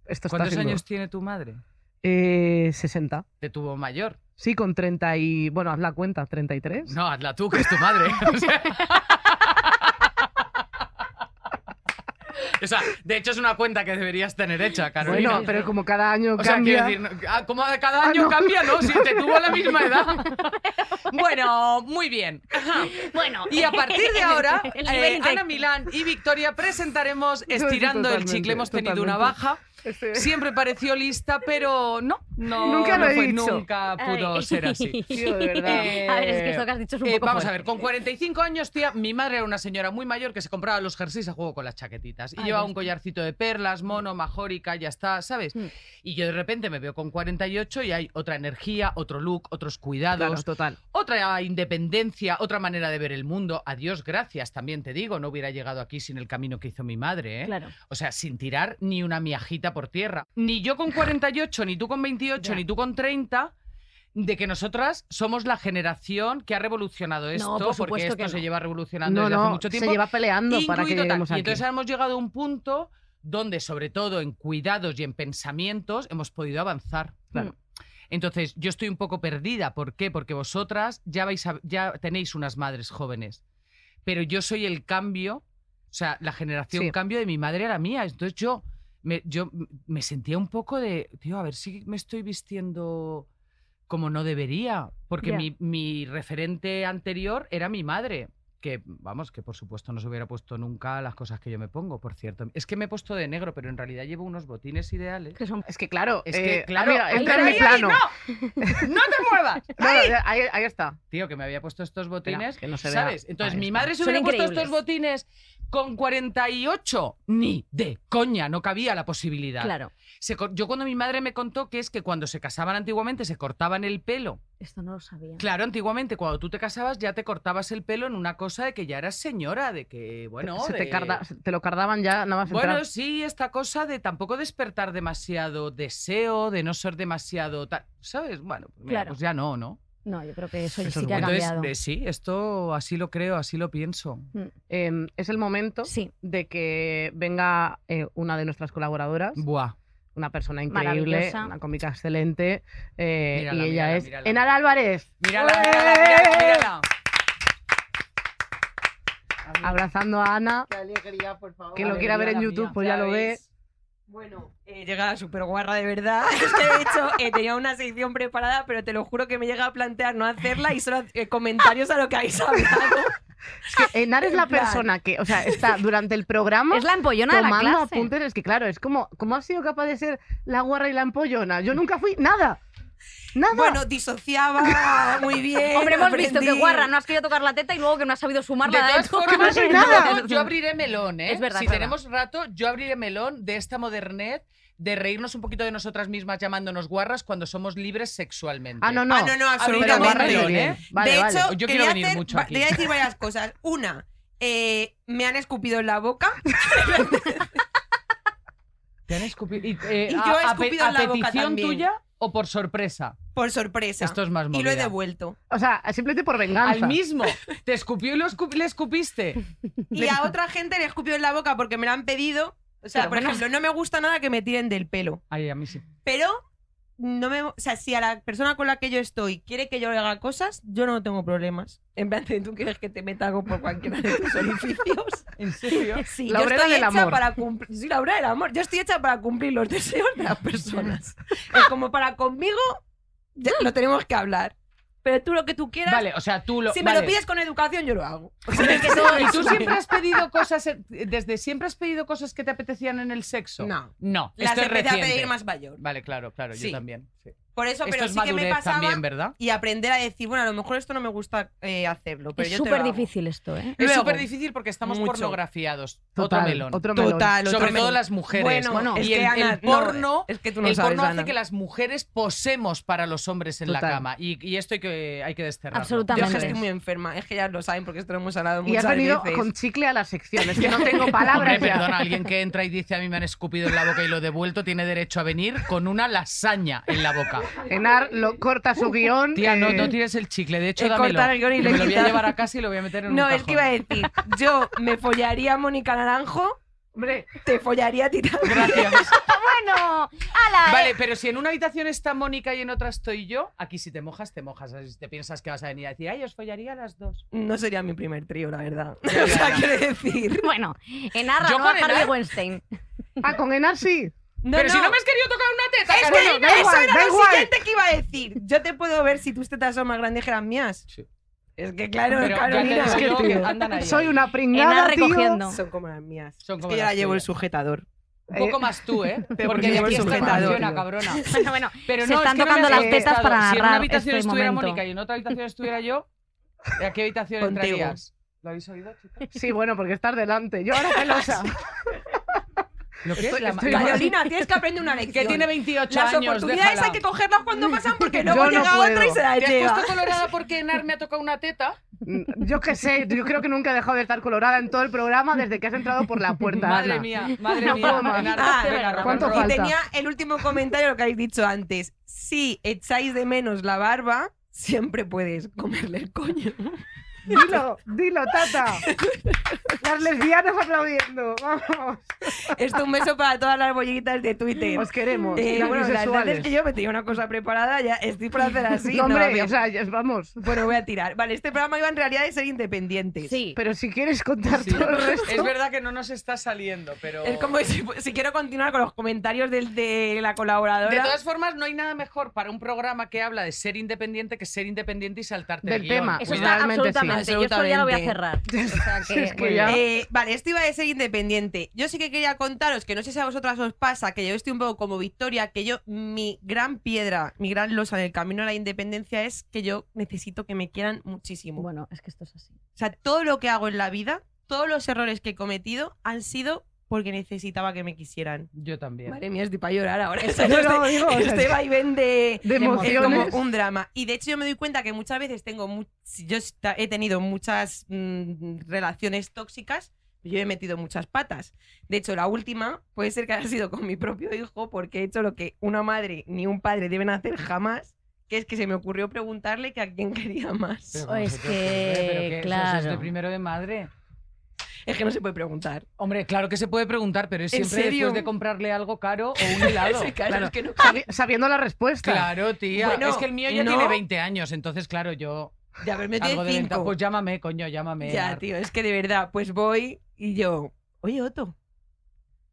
Esto está
¿Cuántos
siendo-
años tiene tu madre?
Eh, 60.
Te tuvo mayor.
Sí, con 30 y... Bueno, haz la cuenta, 33.
No, hazla tú, que es tu madre. [LAUGHS] O sea, O sea, de hecho es una cuenta que deberías tener hecha, Carolina.
bueno, pero como cada año
O sea,
cambia...
quiero decir, no- ah, como cada
Ah,
año
no.
cambia, ¿no? Si te tuvo a la misma edad.
[LAUGHS]
Bueno, muy bien. Ajá.
Bueno,
Y a partir
[LAUGHS]
de ahora,
El
eh,
nivel de-
Ana Milán y Victoria presentaremos
sí,
Estirando el
totalmente,
Chicle. Hemos tenido una
totalmente.
baja.
Este-
Siempre pareció lista, pero no. no
Nunca
no
lo he
fue-
dicho.
Nunca pudo
Ay. [LAUGHS]
[LAUGHS]
ser así.
Tío, de verdad.
Eh,
A ver, es que esto que has dicho es un
Eh,
poco
vamos a
fuerte.
ver, con 45 años, tía, mi madre era una señora muy mayor que se compraba los jerseys a juego con las chaquetitas. Y
Ah,
llevaba
ya
un
está.
collarcito de perlas, mono, majórica, ya está, ¿sabes?
Mm.
Y yo de repente me veo con 48 y hay otra energía, otro look, otros
[LAUGHS]
cuidados,
Claro, total.
otra independencia, otra manera de ver el mundo. Adiós, gracias, también te digo, no hubiera llegado aquí sin el camino que hizo mi madre, ¿eh?
Claro.
O sea, sin tirar ni una miajita por tierra. Ni yo
[LAUGHS]
con 48, ni tú con 28,
Ya.
ni tú con 30, de que nosotras somos la generación que ha revolucionado esto,
por
porque
supuesto
esto
que
se
no.
lleva revolucionando
No,
desde hace
no,
mucho
se
tiempo.
lleva peleando para que
incluido tal.
lleguemos
Y
aquí.
entonces hemos llegado a un punto donde, sobre todo en cuidados y en pensamientos, hemos podido avanzar. Mm.
Claro.
Entonces, yo estoy un poco perdida. ¿Por qué? Porque vosotras ya, vais a- ya tenéis unas madres jóvenes. Pero yo soy el cambio, o sea, la generación
Sí.
cambio de mi madre a la mía. Entonces yo me, yo me sentía un poco de, tío, a ver si me estoy vistiendo como no debería. Porque
Ya.
mi, mi referente anterior era mi madre. Que, vamos, que por supuesto no se hubiera puesto nunca las cosas que yo me pongo, por cierto. Es que me he puesto de negro, pero en realidad llevo unos botines ideales.
Que son...
Es que claro,
Es que,
eh,
claro,
ah, mira,
ahí,
entra en
ahí,
mi
ahí,
plano. [LAUGHS]
¡No te muevas!
No, no, ahí, ahí está.
Tío, que me había puesto estos
Espera,
botines.
que no se vea.
¿Sabes? Entonces,
Ahí
mi
está.
madre se
Son
hubiera puesto estos
increíbles.
botines con 48. Ni de coña, no cabía la posibilidad.
Claro.
Se co- yo cuando mi madre me contó que es que cuando se casaban antiguamente se cortaban el pelo.
Esto no lo sabía.
Claro, antiguamente cuando tú te casabas ya te cortabas el pelo en una cosa de que ya eras señora, de que, bueno...
se
de-
te, carda- se- te lo cardaban ya nada más entrar.
Bueno, sí, esta cosa de tampoco despertar demasiado deseo, de no ser demasiado... tal- ¿Sabes? Bueno, mira,
Claro.
pues ya no, ¿no?
No, yo creo que eso, sí
Eso es
que ha
bueno.
Entonces,
cambiado.
eh, sí, esto así lo creo, así lo pienso.
Eh, es el momento
Sí,
de que venga eh, una de nuestras colaboradoras,
Buah.
una persona increíble,
Maravillosa.
una cómica excelente, eh,
Mírala,
y ella
mírala,
es
mírala.
Enal Álvarez.
Mírala, mírala,
¡Eh!
mírala, mírala.
Abrazando a Ana.
Qué alegría, por favor.
Quien lo quiera ver en
Alegría la
YouTube,
mía.
pues ya lo ve.
ves. Bueno, eh, llega la super guarra de verdad. [LAUGHS] Es que de hecho eh, tenía una sección preparada, pero te lo juro que me llega a plantear no hacerla y solo eh, comentarios a lo que habéis hablado.
Es que Enar es la
En plan.
persona que, o sea, está durante el
[LAUGHS]
programa
es la empollona de la
tomando
clase.
apuntes. Es que claro, es como, ¿cómo has sido capaz de ser la guarra y la empollona? Yo nunca fui nada. Nada.
[LAUGHS] Bueno, disociaba muy bien.
Hombre, hemos visto
aprendí.
que guarra no has querido tocar la teta y luego que no has sabido sumarla.
de
[LAUGHS]
todas formas, [LAUGHS]
no nada.
luego yo abriré melón, ¿eh?
Es verdad,
si
es verdad.
tenemos rato, yo abriré melón de esta modernez de reírnos un poquito de nosotras mismas llamándonos guarras cuando somos libres sexualmente.
ah, no, no.
Ah, no, no,
Pero guarra
Pero
absolutamente.
está
León,
bien.
¿eh?
Vale,
de
vale.
hecho,
Yo quiero
quería
venir
hacer
mucho
va-
aquí.
Te voy a decir varias cosas. Una, eh, me han escupido en la boca.
¿Te han escupido? Y, eh,
Y yo he
a- a,
escupido en la
a
boca
petición
también.
tuya o por sorpresa?
Por sorpresa.
Esto es más
y lo he
movida.
devuelto.
O sea, simplemente por venganza.
Al
[LAUGHS]
mismo. Te escupió y lo escu- le escupiste.
Y a otra gente le he escupido en la boca porque me lo han pedido. O sea,
Pero
por
bueno.
ejemplo, no me gusta nada que me tiren del pelo.
Ay, a mí sí.
Pero no me, o sea, si a la persona con la que yo estoy quiere que yo le haga cosas, yo no tengo problemas. En plan, de, tú quieres que te meta algo por cualquiera de
[LAUGHS]
tus orificios.
¿En serio?
[LAUGHS] Sí,
La
yo
obrera
estoy
del
hecha
amor.
para cumplir. Sí, la obrera del amor. Yo estoy hecha para cumplir
[LAUGHS]
los deseos de las personas. Es como para conmigo, ya lo tenemos que hablar. Pero tú lo que tú quieras.
Vale, o sea, tú lo.
si me lo
vale.
pides con educación, yo lo hago.
[LAUGHS] ¿Y tú siempre has pedido cosas, eh, desde siempre has pedido cosas que te apetecían en el sexo?
No.
No,
Las
esto es
empecé a
reciente.
pedir más mayor.
Vale, claro, claro,
Sí.
yo también. sí.
Por eso,
Esto
pero
es
sí que
madurez
me pasaba.
también, ¿verdad?
Y aprender a decir, bueno, a lo mejor esto no me gusta eh, hacerlo. Pero
es
yo te lo
súper
hago.
difícil esto, ¿eh?
es
Luego,
súper difícil porque estamos
mucho.
pornografiados.
Total,
otro melón.
Otro melón.
Total, otro
Sobre todo
melón.
las mujeres.
Bueno, es
y
que,
el,
Ana,
el
no,
porno,
es que tú no
el
sabes,
porno
Ana.
hace que las mujeres posemos para los hombres en la
Total.
cama. Y, y esto hay que, hay que desterrarlo.
Yo
Absolutamente.
es que
También es.
estoy muy enferma, es que ya lo saben porque esto lo hemos hablado
Y
muchas
has venido
veces.
con chicle a la sección. Es que
[LAUGHS]
no tengo
Hombre,
palabras. ya.
perdona, alguien que entra y dice a mí me han escupido en la boca y lo he devuelto tiene derecho a venir con una lasaña en la boca.
Enar lo corta
[LAUGHS]
su guión.
Tía, no,
eh,
no tires el chicle, de hecho
He
dámelo.
cortado el guión y
Que
lo he
me lo voy a
quitado.
llevar a casa y lo voy a meter en
No,
un
es que iba a
cajón.
decir, yo me follaría a Mónica Naranjo,
Hombre,
te follaría a ti también.
Gracias.
Bueno, ala, eh.
Vale, pero si en una habitación está Mónica y en otra estoy yo, aquí si te mojas, te mojas. Si te piensas que vas a venir a decir, ay, os follaría a las dos.
No sería mi primer trío, la verdad. [LAUGHS] O sea, quiero decir.
eh. Bueno, Enarra
Yo
no a
con
Harvey
Enar-
Weinstein.
ah, con Enar sí.
No,
pero si
no.
no me has querido tocar una teta,
Es que
Carmen.
Bueno, da
eso
igual,
era
da
lo
igual.
siguiente que iba a decir. Yo te puedo ver si tus tetas son más grandes que las mías.
Sí.
Es que claro,
Pero ya te
Carolina,
digo
Es que,
yo
tío,
que andan ahí, ¿eh?
soy
ahí.
una
Enar
pringada, tío.
recogiendo.
son como las mías.
Son
es
como
que yo
las
la llevo el
tuyas.
[LAUGHS] sujetador.
Un poco más tú, ¿eh? Porque de
llevo
aquí
el
está
sujetador,
Tatiana,
tío.
cabrona.
Bueno, bueno,
Pero
Se
no, es
están
que no me
tocando
has
las tetas
contestado.
para
Si en una
narrar
habitación
este
estuviera
momento.
Mónica y en otra habitación estuviera yo, ¿a qué habitación
Contigo.
entrarías? ¿Lo habéis oído, chicas?
Sí, bueno, porque estás delante. Yo ahora pelosa.
¿Lo que es?
Estoy-
La-
estoy-
[LAUGHS] Carolina,
Carolina, tienes que aprender una lección.
que tiene 28
Las
años,
oportunidades
déjala.
hay que cogerlas
[LAUGHS]
cuando pasan porque
Yo
luego
no
llega otra y
puedo.
se la
¿Te has
lleva.
puesto colorada porque Enar me ha tocado una teta?
Yo qué sé, yo creo que nunca he dejado de estar colorada en todo el programa desde que has entrado por la puerta.
Madre
Ana.
mía, madre
No
mía.
puedo más.
Enar,
Ah,
venga, rock and
¿cuánto
roll.
Y
falta?
tenía el último comentario, lo que habéis dicho antes. Si echáis de menos la barba, siempre puedes comerle el coño.
Dilo, dilo, tata. Las lesbianas aplaudiendo. Vamos.
Esto un beso para todas las bollitas de Twitter.
Os queremos.
Eh,
y las
bueno, la verdad
bisexuales.
es que yo me tenía una cosa preparada, ya estoy para
[LAUGHS]
hacer así.
No,
no,
hombre,
bien.
o sea, ya- vamos.
[LAUGHS] bueno, voy a tirar. Vale, este programa iba en realidad de ser independientes.
sí.
Pero si quieres contar
Sí.
todo el resto.
Es verdad que no nos está saliendo, pero...
Es como si, si quiero continuar con los comentarios del, de la
De
colaboradora.
todas formas, no hay nada mejor para un programa que habla de ser independiente que ser independiente y saltarte
Del
el guión.
tema.
Eso
Cuidado.
está
Realmente sí.
absolutamente. Yo esto ya lo voy a cerrar. O sea que,
[LAUGHS] Es que
muy bien.
ya-
Eh, vale, esto iba a ser independiente. Yo sí que quería contaros que no sé si a vosotras os pasa, que yo estoy un poco como Victoria, que yo, mi gran piedra, mi gran losa en el camino a la independencia es que yo necesito que me quieran muchísimo.
Bueno, es que esto es así.
O sea, todo lo que hago en la vida, todos los errores que he cometido han sido porque necesitaba que me quisieran.
Yo también.
Madre mía, estoy para llorar
[LAUGHS]
ahora.
no,
este,
digo, o sea,
este vaivén de,
de
es como
emociones.
un drama. Y de hecho yo me doy cuenta que muchas veces tengo... mu- si Yo esta- he tenido muchas mm, relaciones tóxicas, yo he metido muchas patas. De hecho, la última puede ser que haya sido con mi propio hijo porque he hecho lo que una madre ni un padre deben hacer jamás, que es que se me ocurrió preguntarle que a quién [LAUGHS] quería más.
Pero con
Es
vosotros,
que,
pero que eso, eso es de
claro.
primero de madre.
Es que no se puede preguntar.
Hombre, claro que se puede preguntar, pero es
¿En
siempre
serio?
después de comprarle algo caro o un helado.
Sí, [LAUGHS] claro,
claro.
es que no-
Sabi- Sabiendo la respuesta.
Claro, tía.
Bueno,
es que el mío ya
¿no?
tiene 20 años, entonces, claro, yo.
De haberme
algo
metido
de ventaja.
cinco.
Pues llámame, coño, llámame.
Ya,
Ar-
tío, es que de verdad, pues voy y yo, oye, Otto,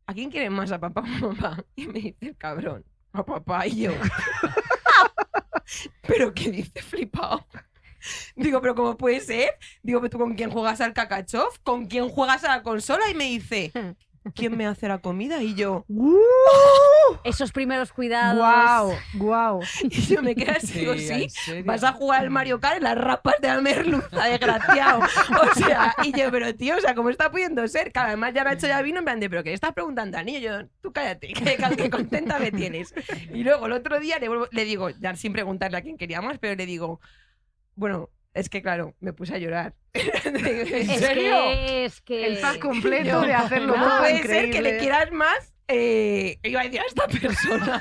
¿a quién quieres más, a papá o a mamá? Y me dice el cabrón, a papá y yo. pero qué dice flipado. Digo, pero ¿cómo puede ser? Digo, ¿tú con quién juegas al Kakachov? ¿Con quién juegas a la consola? Y me dice, ¿quién me hace la comida? Y yo,
Esos primeros cuidados.
Guau, guau.
y yo me quedé así,
Sí,
digo,
en
sí,
serio.
Vas a jugar al Mario Kart en las rapas de [LAUGHS] la merluza, desgraciado. O sea, y yo, pero tío, o sea, ¿cómo está pudiendo ser? Claro, además ya Nacho ya vino en plan de, pero que le estás preguntando al niño, yo, tú cállate, [LAUGHS] que, que contenta me tienes. Y luego el otro día le, vuelvo- le digo, ya sin preguntarle a quién queríamos, pero le digo, bueno, es que claro, me puse a llorar. [LAUGHS]
Es
¿En serio?
que es que.
El pack completo de hacerlo
No
todo
puede ser
increíble.
que le quieras más. eh, iba a decir a esta persona.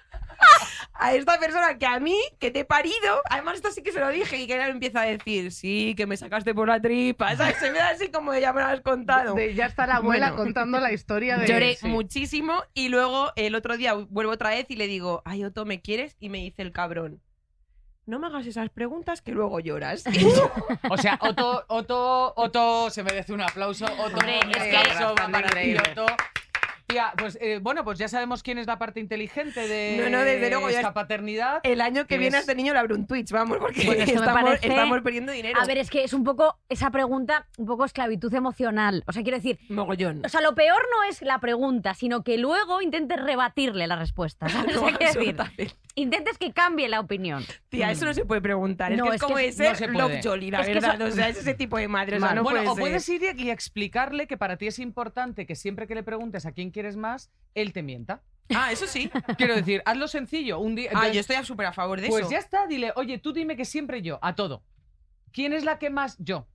[LAUGHS] A esta persona que a mí, que te he parido, además esto sí que se lo dije y que él empieza a decir, sí, que me sacaste por la tripa, ¿sabes? Se me da así como de, ya me lo has contado.
De- ya está la abuela
Bueno.
contando la historia de...
Lloré
sí.
muchísimo y luego el otro día vuelvo otra vez y le digo, ay Otto, ¿me quieres? Y me dice el cabrón, no me hagas esas preguntas que luego lloras.
O sea, Otto, Otto, Otto, se merece un aplauso. Otto,
Hombre,
un
es que-
aplauso va para ti,
Increíble.
Otto. decía, pues eh, bueno, pues ya sabemos quién es la parte inteligente de
No, no, desde luego, ya
esta
es-
paternidad.
El año que
Es-
viene a este niño le abre un Twitch, vamos, porque
Bueno, esto me
estamos,
parece-
estamos perdiendo dinero.
A ver, es que es un poco esa pregunta, un poco esclavitud emocional. O sea, quiero decir,
mogollón.
o sea, lo peor no es la pregunta, sino que luego intentes rebatirle la respuesta. [LAUGHS]
[LAUGHS]
¿sabes? O sea, quiero decir,
absolutamente.
intentes que cambie la opinión.
Tía, eso no se puede preguntar. Es
No,
que es,
es que
como
es-
ese
no se puede.
Love Jolly, la
Es que
verdad.
eso-
O sea, es ese tipo de madre. O sea,
Mal.
no
bueno,
puede
o
ser.
puedes ir y- y explicarle que para ti es importante que siempre que le preguntes a quién quieres más, él te mienta.
Ah, eso sí.
Quiero
[LAUGHS]
decir, hazlo sencillo. Un día,
Ah,
entonces,
yo estoy súper a favor de
pues
eso.
ya está, dile, oye, tú dime que siempre yo, a todo. ¿Quién es la que más? Yo.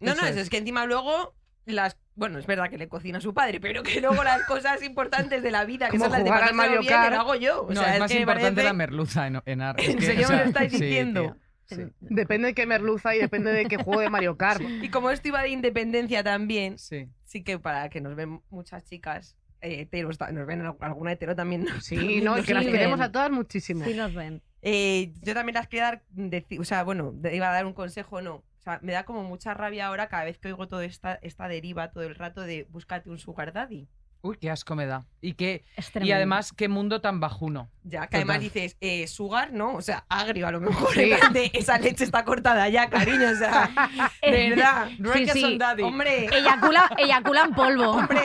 No,
Eso
no,
es.
eso es que encima luego las. Bueno, es verdad que le cocina a su padre, pero que luego las cosas importantes de la vida, que
Como
son las de
jugar al
pasárselo
Mario
bien,
Kart.
que lo hago yo. O
no,
sea,
es más
que me
importante
parece-
la merluza en, en Ar- es
[LAUGHS] ¿En
que,
serio
o
me
sea,
lo estáis
sí,
diciendo?
tía, sí.
Depende de qué merluza y depende de qué juego de Mario Kart.
Y como esto iba de independencia también,
Sí.
sí que para que nos ven muchas chicas eh, heteros, ta- nos ven al- alguna hetero también. nos-
Sí,
también
no, y
nos
que las
Sí,
ven.
queremos
ven.
a todas muchísimo.
Sí nos ven.
Eh, yo también las quería dar, deci- o sea, bueno, de- iba a dar un consejo, no. O sea, me da como mucha rabia ahora cada vez que oigo toda esta, esta deriva todo el rato de búscate un sugar daddy.
Uy, qué asco me da. Y, qué,
Es
y
tremendo.
además, qué mundo tan bajuno.
Ya, que además
Total.
dices, eh, sugar, ¿no? O sea, agrio a lo mejor.
Sí.
en plan de, esa leche está cortada ya, cariño, o sea, de verdad.
Drake
sí.
and daddy.
Hombre,
Eh, [LAUGHS] Eyacula, eyacula en polvo.
[LAUGHS] hombre,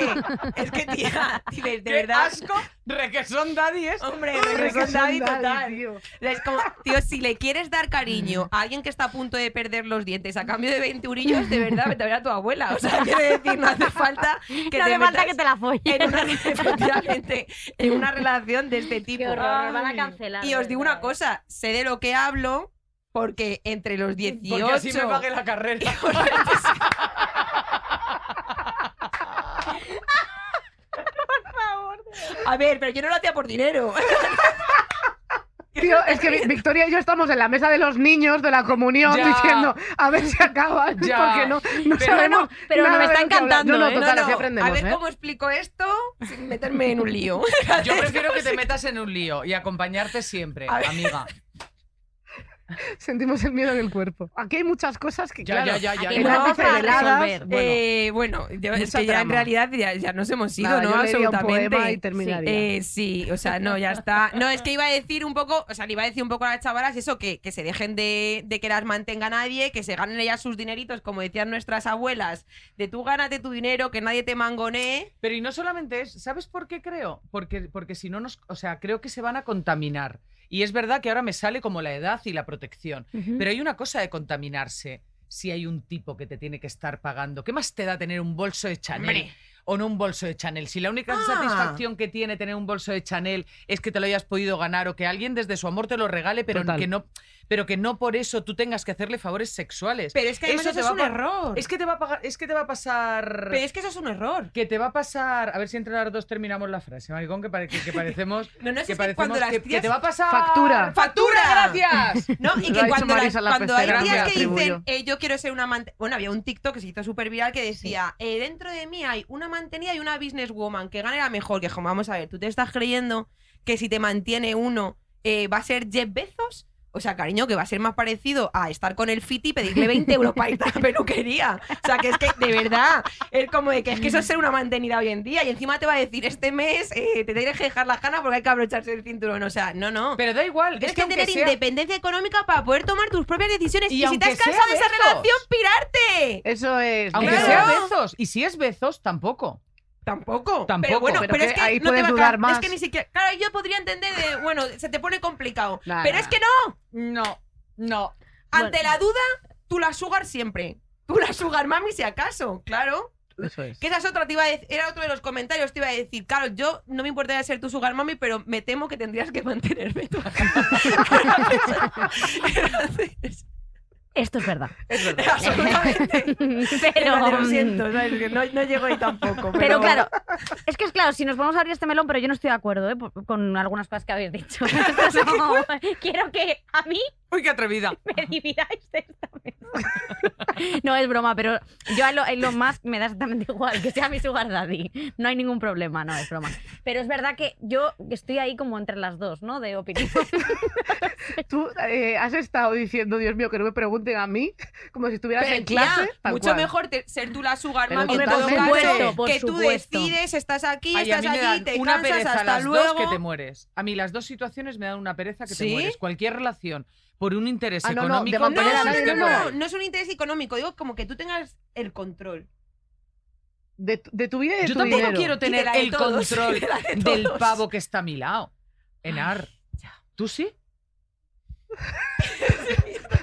es que tía, [LAUGHS] dices, de
¡Qué
verdad.
asco! ¡Requesón daddy es!
Hombre,
Pero que
regresó
son
daddy
daddy,
total.
tío.
Es como, tío, si le quieres dar cariño a alguien que está a punto de perder los dientes a cambio de 20 urillos, de verdad, vete a ver a tu abuela. O sea, quiero decir, no hace falta que
no
te
hace falta
metas
que te la folles.
en una, [LAUGHS] efectivamente, en una relación de este tipo.
Qué horror, nos van a cancelar.
Y os digo una cosa, sé de lo que hablo porque entre los 18...
Porque así me
[LAUGHS]
pagué la carrera.
[LAUGHS]
A ver, pero yo no lo hacía por dinero.
Tío, es que Vi- Victoria y yo estamos en la mesa de los niños de la comunión
Ya.
diciendo a ver si acaban,
Ya.
porque no, no
Pero
[LAUGHS]
sabemos.
no, pero
nada
nos
de
está
lo que hablar.
encantando,
No, no,
¿eh?
total,
No,
así
no,
aprendemos.
a ver
¿eh?
cómo explico esto sin meterme en un lío.
Yo prefiero que te metas en un lío y acompañarte siempre,
A ver. [LAUGHS]
amiga.
Sentimos el miedo en el cuerpo. Aquí hay muchas cosas que,
Ya,
claro,
ya, ya, ya.
Aquí
que
no
las
vamos
dice
a
veladas,
resolver. Bueno.
Eh, bueno, yo- es
Mucha
que ya en
trama.
realidad ya, ya nos hemos ido,
nada,
¿no?
yo leería un poema y
Absolutamente.
terminaría.
Eh, sí, o sea, no, ya está. No, es que iba a decir un poco, o sea, le iba a decir un poco a las chavalas eso, que, que se dejen de, de que las mantenga nadie, que se ganen ellas sus dineritos, como decían nuestras abuelas, de tú gánate tu dinero, que nadie te mangonee.
Pero y no solamente es, ¿sabes por qué creo? Porque, porque si no nos, o sea, creo que se van a contaminar. Y es verdad que ahora me sale como la edad y la protección.
Mm.
Ujú.
Pero hay una cosa de contaminarse. Si hay un tipo que te tiene que estar pagando, ¿qué más te da tener un bolso de Chanel
Hombre.
o no un bolso de Chanel? Si la única
Ah.
satisfacción que tiene tener un bolso de Chanel es que te lo hayas podido ganar o que alguien desde su amor te lo regale, pero
Total.
que no, pero que no por eso tú tengas que hacerle favores sexuales.
Pero es que además
Eso
eso,
te
es
va
un
a-
error.
Es que te va a pagar, es que te va a pasar.
Pero es que eso es un error.
Que te va a pasar. A ver si entre las dos terminamos la frase, maricón, que, pare- que- que parecemos.
No, no, si
que
[LAUGHS] es que cuando
parecemos
las
que- que
tías-
te va a pasar.
Factura.
¡Factura!
¡Factura!
¡Gracias!
[LAUGHS] No,
[LAUGHS]
y
Lo
que
ha dicho
cuando, las-
Marisa, la
cuando hay
pecera,
tías
me
que dicen,
atribuyo.
eh, yo quiero ser una amante. Bueno, había un TikTok que se hizo súper viral que decía, eh, dentro de mí hay una mantenida y una businesswoman que gane la mejor. Que, como vamos a ver, ¿tú te estás creyendo que si te mantiene uno eh, va a ser Jeff Bezos? O sea, cariño, que va a ser más parecido a estar con el Fiti y pedirle 20 euros para ir a la peluquería. O sea, que es que, de verdad, es como de que es que eso es ser una mantenida hoy en día. Y encima te va a decir, este mes eh, te tienes que dejar las ganas porque hay que abrocharse el cinturón. O sea, no, no.
Pero da igual.
Tienes
es
que,
aunque
tener
sea-
independencia económica para poder tomar tus propias decisiones.
Y
Y, si te
aunque
has cansado
sea
de esa
Bezos.
relación, pirarte.
Eso es.
Aunque
Claro.
sea
Claro.
Bezos. Y si es Bezos, tampoco.
Tampoco.
Tampoco.
Pero bueno,
Pero
pero,
que
es que
ahí
no te
puedes
va a
dudar
ca-
más.
Es que ni siquiera. Claro, yo podría entender de, bueno, se te pone complicado.
Nah,
pero
nah.
es que no.
No, no.
Ante la duda, tú la sugar siempre. Tú la sugar mami si acaso, claro.
Eso es.
Que esa es otra, te iba a dec- era otro de los comentarios, te iba a decir, claro, yo no me importaría ser tu sugar mami, pero me temo que tendrías que
[LAUGHS]
mantenerme [LAUGHS] tú. Entonces,
Esto es verdad.
absolutamente.
pero,
[LAUGHS] Pero, mm, lo siento, ¿sabes? Que no, no llego ahí tampoco.
Pero claro, [LAUGHS] es que es claro, si nos vamos a abrir este melón, pero yo no estoy de acuerdo ¿eh? por- con algunas cosas que habéis dicho. [LAUGHS] Esto no- quiero que a mí
Uy, qué atrevida.
[LAUGHS] me dividáis de esta mesa. [LAUGHS] No es broma, pero yo a lo, a Elon Musk me da exactamente igual que sea mi sugar daddy. No hay ningún problema, no es broma. Pero es verdad que yo estoy ahí como entre las dos, ¿no? De opinión.
[LAUGHS]
[LAUGHS]
Tú eh, has estado diciendo, Dios mío, que no me pregunten a mí, como si estuvieras
Pero,
en
tía,
clase. tal
mucho
cual.
mejor te- ser tú la sugar
Pero
mami en
totalmente.
todo
Por
caso,
supuesto,
por
que tú
supuesto.
decides, estás aquí,
Ay, a
estás
mí me dan
allí, te
una
cansas,
pereza
hasta
a las
luego.
dos que te mueres. A mí las dos situaciones me dan una pereza que
¿Sí?
te mueres. Cualquier relación por un interés
Ah, no, no, de
económico.
mantener
no,
pero
a
no,
si
nadie,
te
no, no,
mueres.
no, no es un interés económico, digo como que tú tengas el control.
De, tu- de tu vida y de
Yo
tu
tampoco
dinero.
quiero tener
la de
el
todos, [LAUGHS]
control
y la de
del
todos.
pavo que está a mi lado. Enar. ¿Tú sí?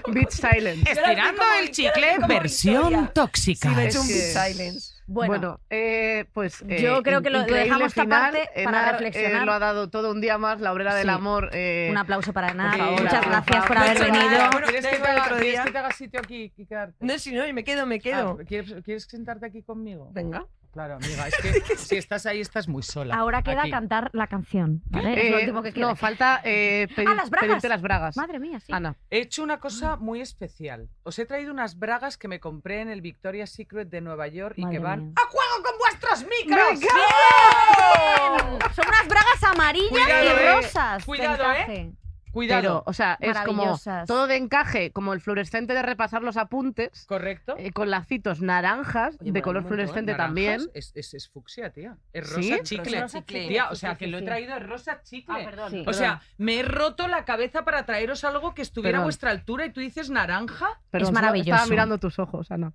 Beach Silence.
Yo ahora estoy
Estirando
como- yo ahora
el
estoy
chicle,
como
versión
Victoria.
tóxica.
Sí, me he
Es
hecho un
que-
beat silence.
Bueno,
Bueno, eh, pues eh,
Yo creo
in-
que lo- lo
increíble
dejamos esta
final.
parte para
Enar, eh,
reflexionar.
lo ha dado todo un día más, la obrera del
Sí.
amor. eh,
un aplauso para Ana.
por favor,
Muchas
por
gracias por
favor.
haber
Muchas
venido.
gracias. Bueno,
¿Quieres,
ya
que te
iba
haga,
otro
quieres
día.
que te haga sitio aquí y quedarte?
No, si no, y me quedo, me
Ah,
quedo.
¿quieres, quieres sentarte aquí conmigo?
Venga.
Claro, amiga,
[LAUGHS]
es que si estás ahí estás muy sola.
Ahora queda
Aquí.
cantar la canción, ¿vale? es
eh,
lo último que queda.
no, falta eh, pedir-
Ah, las bragas.
pedirte las bragas.
Madre mía, sí.
Ana.
He hecho una cosa muy especial. Os he traído unas bragas que me compré en el Victoria's Secret de Nueva York y
Madre
que van
mía.
a juego con vuestros micros.
¡Venga!
Son unas bragas amarillas
Cuidado,
y
eh.
rosas. de
Cuidado,
eh.
encaje.
Pero,
Cuidado.
o sea, es como
Maravillosas.
todo de encaje, como el fluorescente de repasar los apuntes,
¿Correcto?
eh, con lacitos naranjas,
Oye,
de
mola
color
un montón,
fluorescente
naranjas,
también.
Es, es, es fucsia, tía. Es
¿Sí?
rosa chicle.
Rosa chicle.
Tía,
Sí,
o
sí,
sea,
sí,
que
sí,
lo he
sí.
traído es rosa chicle.
Ah, perdón.
o
perdón.
sea, me he roto la cabeza para traeros algo que estuviera
Perdón.
a vuestra altura y tú dices naranja.
Pero
Es
solo
maravilloso.
Estaba mirando tus ojos, Ana.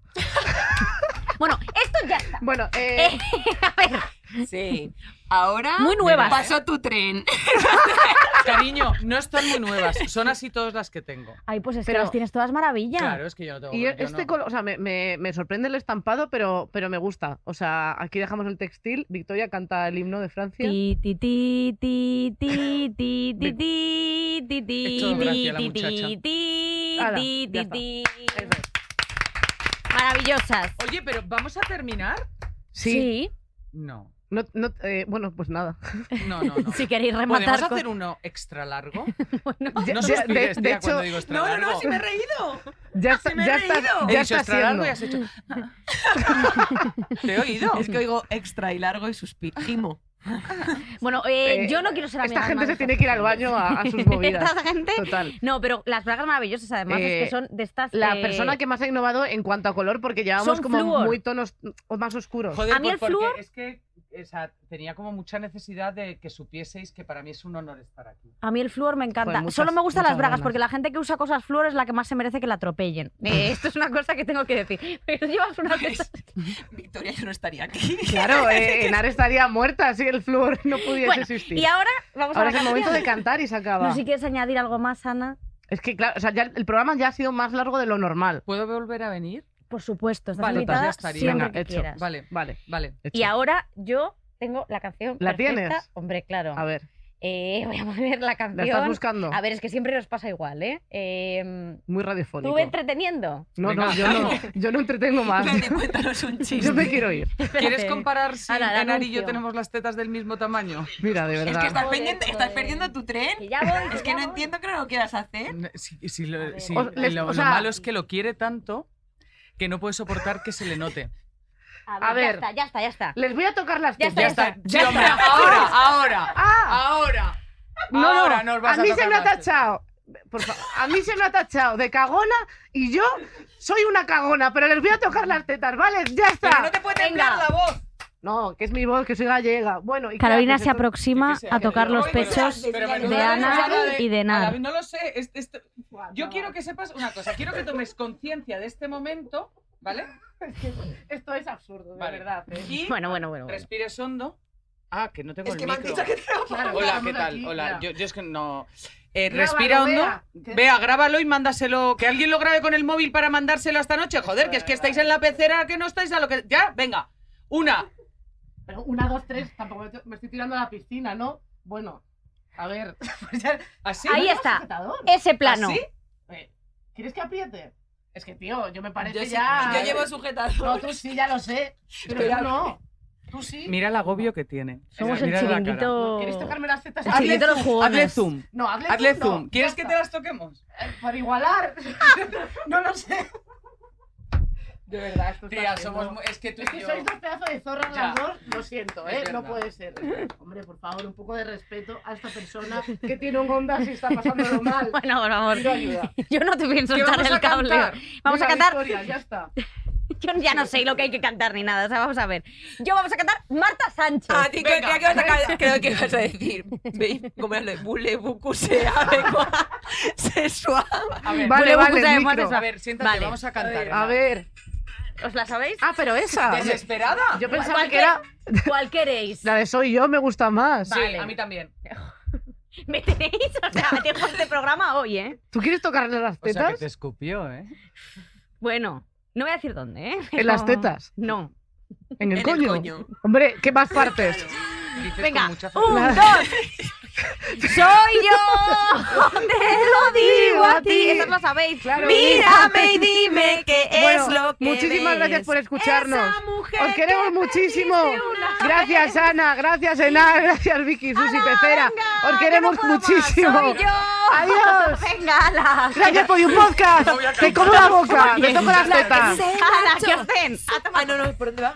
bueno, esto ya está.
Bueno, eh,
Sí. Ahora
Muy nuevas.
pasó tu tren.
Cariño, no están muy nuevas. Son así todas las que tengo.
Ay, pues es
Pero-
que las tienes todas maravillas.
Claro, es que yo no tengo.
y
yo
este
no.
color, o sea, me, me- me sorprende el estampado, pero, pero me gusta. O sea, aquí dejamos el textil. Victoria canta el himno de Francia.
Ti, ti, ti, ti, ti, ti, ti,
Bien.
ti, ti, ti,
Hecho gracia la
ti,
muchacha.
ti, ti,
Ala,
ti,
ya
ti,
está.
ti.
Eso es.
Maravillosas.
Oye, pero ¿vamos a terminar?
Sí.
No.
No- no, eh, bueno, pues
[LAUGHS]
nada.
No, no, no.
[LAUGHS] Si queréis
¿Podemos
rematar con...
hacer uno extra largo?
Ya- ya-
No suspires,
de,
tía,
de hecho,
cuando digo extra
No, no,
largo.
no, si me he reído.
ya está,
si Ah, me he
ya está-
reído.
He
ya está
dicho extra largo
siendo.
y has hecho... [LAUGHS]
[LAUGHS]
Te he oído.
Es que oigo extra y largo y suspiro. Gimo.
Bueno, eh,
Eh,
yo no quiero ser amiga
Esta
de
gente se
Manuel
tiene que ir al baño
[LAUGHS]
a, a sus
Fernández.
movidas.
Esta gente...
Total.
No, pero las bragas maravillosas además es
Eh,
que son de estas...
La
eh,
persona que más ha innovado en cuanto a color, porque llevamos
son
como
flúor.
muy tonos mm, más oscuros.
Joder,
A mí
pues
el
porque
flúor-
es que o sea, tenía como mucha necesidad de que supieseis que para mí es un honor estar aquí.
A mí el flúor me encanta.
Joder, muchas-
Solo me gustan las
muchas
bragas,
ganas.
porque la gente que usa cosas flúor es la que más se merece que la
[LAUGHS]
atropellen. Eh, esto es una cosa que tengo que decir. [LAUGHS] Pero llevas una de esas-
Victoria, yo no estaría aquí.
[LAUGHS]
[LAUGHS]
Claro, eh, Enar estaría muerta si el flúor no pudiese
Bueno,
existir.
Y ahora vamos
Ahora
a
es
la
el momento
canción.
de cantar y se acaba.
No sé si quieres añadir algo más, Ana.
Es que, claro, o sea, ya el programa ya ha sido más largo de lo normal.
¿Puedo volver a venir?
Por supuesto, estás
Vale,
invitada
ya estaría.
siempre
pues Venga,
que
hecho.
quieras.
Vale,
Vale.
vale.
hecho.
Y ahora yo tengo la canción
¿La
perfecta.
tienes?
Hombre, claro.
A ver,
Eh, voy a poner la
la estás
canción.
buscando.
A ver, es que siempre nos pasa igual, ¿eh? Eh,
Muy radiofónico.
Estuve entreteniendo.
No, no,
Venga,
yo no, yo
[LAUGHS]
no entretengo más.
Nadie, cuéntanos un chiste.
Yo me quiero ir.
¿Quieres
Espérate.
comparar si
Ahora, el
Enar y yo
anuncio.
tenemos las tetas del mismo tamaño?
Mira, de
Es
verdad.
que estás,
Joder,
pendiente- estás
joder.
perdiendo tu tren.
Que ya voy, que
Es que
ya
no
voy.
entiendo que no lo quieras hacer.
Si, si lo,
¿Eh? A ver.
si
O- les-
lo-
o
lo
sea-
malo es que lo quiere tanto que no puede soportar que se le
[LAUGHS]
note.
A
A
ver,
ver.
ya está, ya está, ya está.
Les voy a tocar las
Ya
tetas.
está, ya está.
Sí, hombre, [LAUGHS] ahora, ahora,
¡Ah!
ahora.
No, no,
ahora nos vas
a mí se
tocar
me ha
las tetas.
tachado. Por fa- a mí se me ha tachado de cagona y yo soy una cagona, pero les voy a tocar las tetas, ¿vale? Ya
Pero
está.
no te puede
Venga.
temblar la voz.
No, que es mi voz, que soy gallega. Bueno, ¿y qué
Carolina
haces?
se
Esto-
aproxima
Yo qué sé,
a tocar
pero-
los
Pero-
pechos
pero
de
menuda
Ana
desgraciada de-
y de
a la-
Nar.
No lo sé. es- esto- yo quiero que sepas una cosa. Quiero que tomes conciencia de este momento, ¿vale?
Esto es absurdo, de
Vale.
verdad. ¿eh?
Y
Bueno, bueno, bueno. bueno.
respires hondo. Ah, que no tengo
Es
el
que me han
micro.
dicho que tengo
Claro,
Hola,
estamos
¿qué tal?
aquí,
Hola,
ya.
yo, yo es que no. Eh,
Grábalo,
respira hondo.
Bea. ¿Qué?
Vea, grábalo y mándaselo. Que alguien lo grabe con el móvil para mandárselo esta noche. Joder, que es que estáis en la pecera, que no estáis a lo que. Ya, venga. Una.
Pero una, dos, tres, tampoco me, me estoy tirando a la piscina, ¿no? Bueno, a ver. [LAUGHS] pues ya-
Así.
Ahí
¿No
está.
llevas sujetador?
Ese plano.
¿Así?
Eh, ¿Quieres que apriete? Es que, tío, yo me parece
Yo, sí-
ya.
yo llevo sujetador.
No, tú sí, ya lo sé. Pero
Espera.
tú no. Tú sí.
Mira el agobio que tiene.
Somos
Mira
el
la cara.
chiringuito.
¿Quieres tocarme las tetas?
El chiringuito de los jugones.
Hazle zoom.
No, hazle,
Hazle
zoom. no.
zoom. ¿Quieres
Ya
que
está.
Eh, [LAUGHS]
te las toquemos?
Para igualar. no lo sé.
De verdad,
Pues
esto está
Tía,
haciendo-
somos. mu- Es que tú
Es
y
que
yo.
sois dos pedazos de zorras
Ya.
las dos, lo siento,
Es
¿eh? No
verdad.
puede ser. Hombre, por favor, un poco de respeto a esta persona que tiene un onda y está pasándolo
[LAUGHS]
mal.
Bueno, por favor.
Pido ayuda.
[LAUGHS] Yo no te pienso
¿Qué
echar
vamos
el
a
cable.
cantar?
Vamos
Venga,
a cantar.
Victoria, ya está.
Yo ya no sé lo que hay que cantar ni nada. O sea, vamos a ver. Yo vamos a cantar Marta Sánchez.
A ti Ah, creo, creo que vas a, acabar- creo que vas a decir, ve, ¿cómo era lo de bule, bucusea, venga, [LAUGHS] sexual?
A
Vale,
ver,
Vale,
vale,
vamos a-
micro.
vamos
a ver, siéntate,
Vale.
vamos a cantar.
A ver.
¿Os la
[LAUGHS]
sabéis?
Ah, pero esa.
¿Desesperada?
Yo pensaba
¿Cuál,
que era.
que- cuál queréis?
La de soy yo me gusta más.
Sí,
Vale.
a mí también.
¿Me tenéis? O sea, tengo este programa hoy, ¿eh?
¿Tú quieres tocarle las tetas?
escupió, ¿eh?
Bueno, no voy a decir dónde, ¿eh?
En las tetas.
No.
En el,
En
coño.
el coño.
Hombre, ¿qué más partes?
Venga,
mucha
un,
La-
dos. ¡Soy yo! ¡Te lo digo a ti! Esas lo sabéis.
Claro.
Mírame y dime qué
Bueno,
es lo que
muchísimas
ves.
gracias por escucharnos.
Esa mujer
Os queremos
que
muchísimo.
perdiste una
Gracias Ana, gracias Enar, gracias Vicky, Susi, Pecera. Os queremos muchísimo.
¡Soy yo!
Adiós.
[LAUGHS] ¡Venga, ala!
Gracias por un podcast. Te como la boca, me toco las tetas.
vez.
¡Ala, que os den!
Ah, no, no, ¿por dónde va?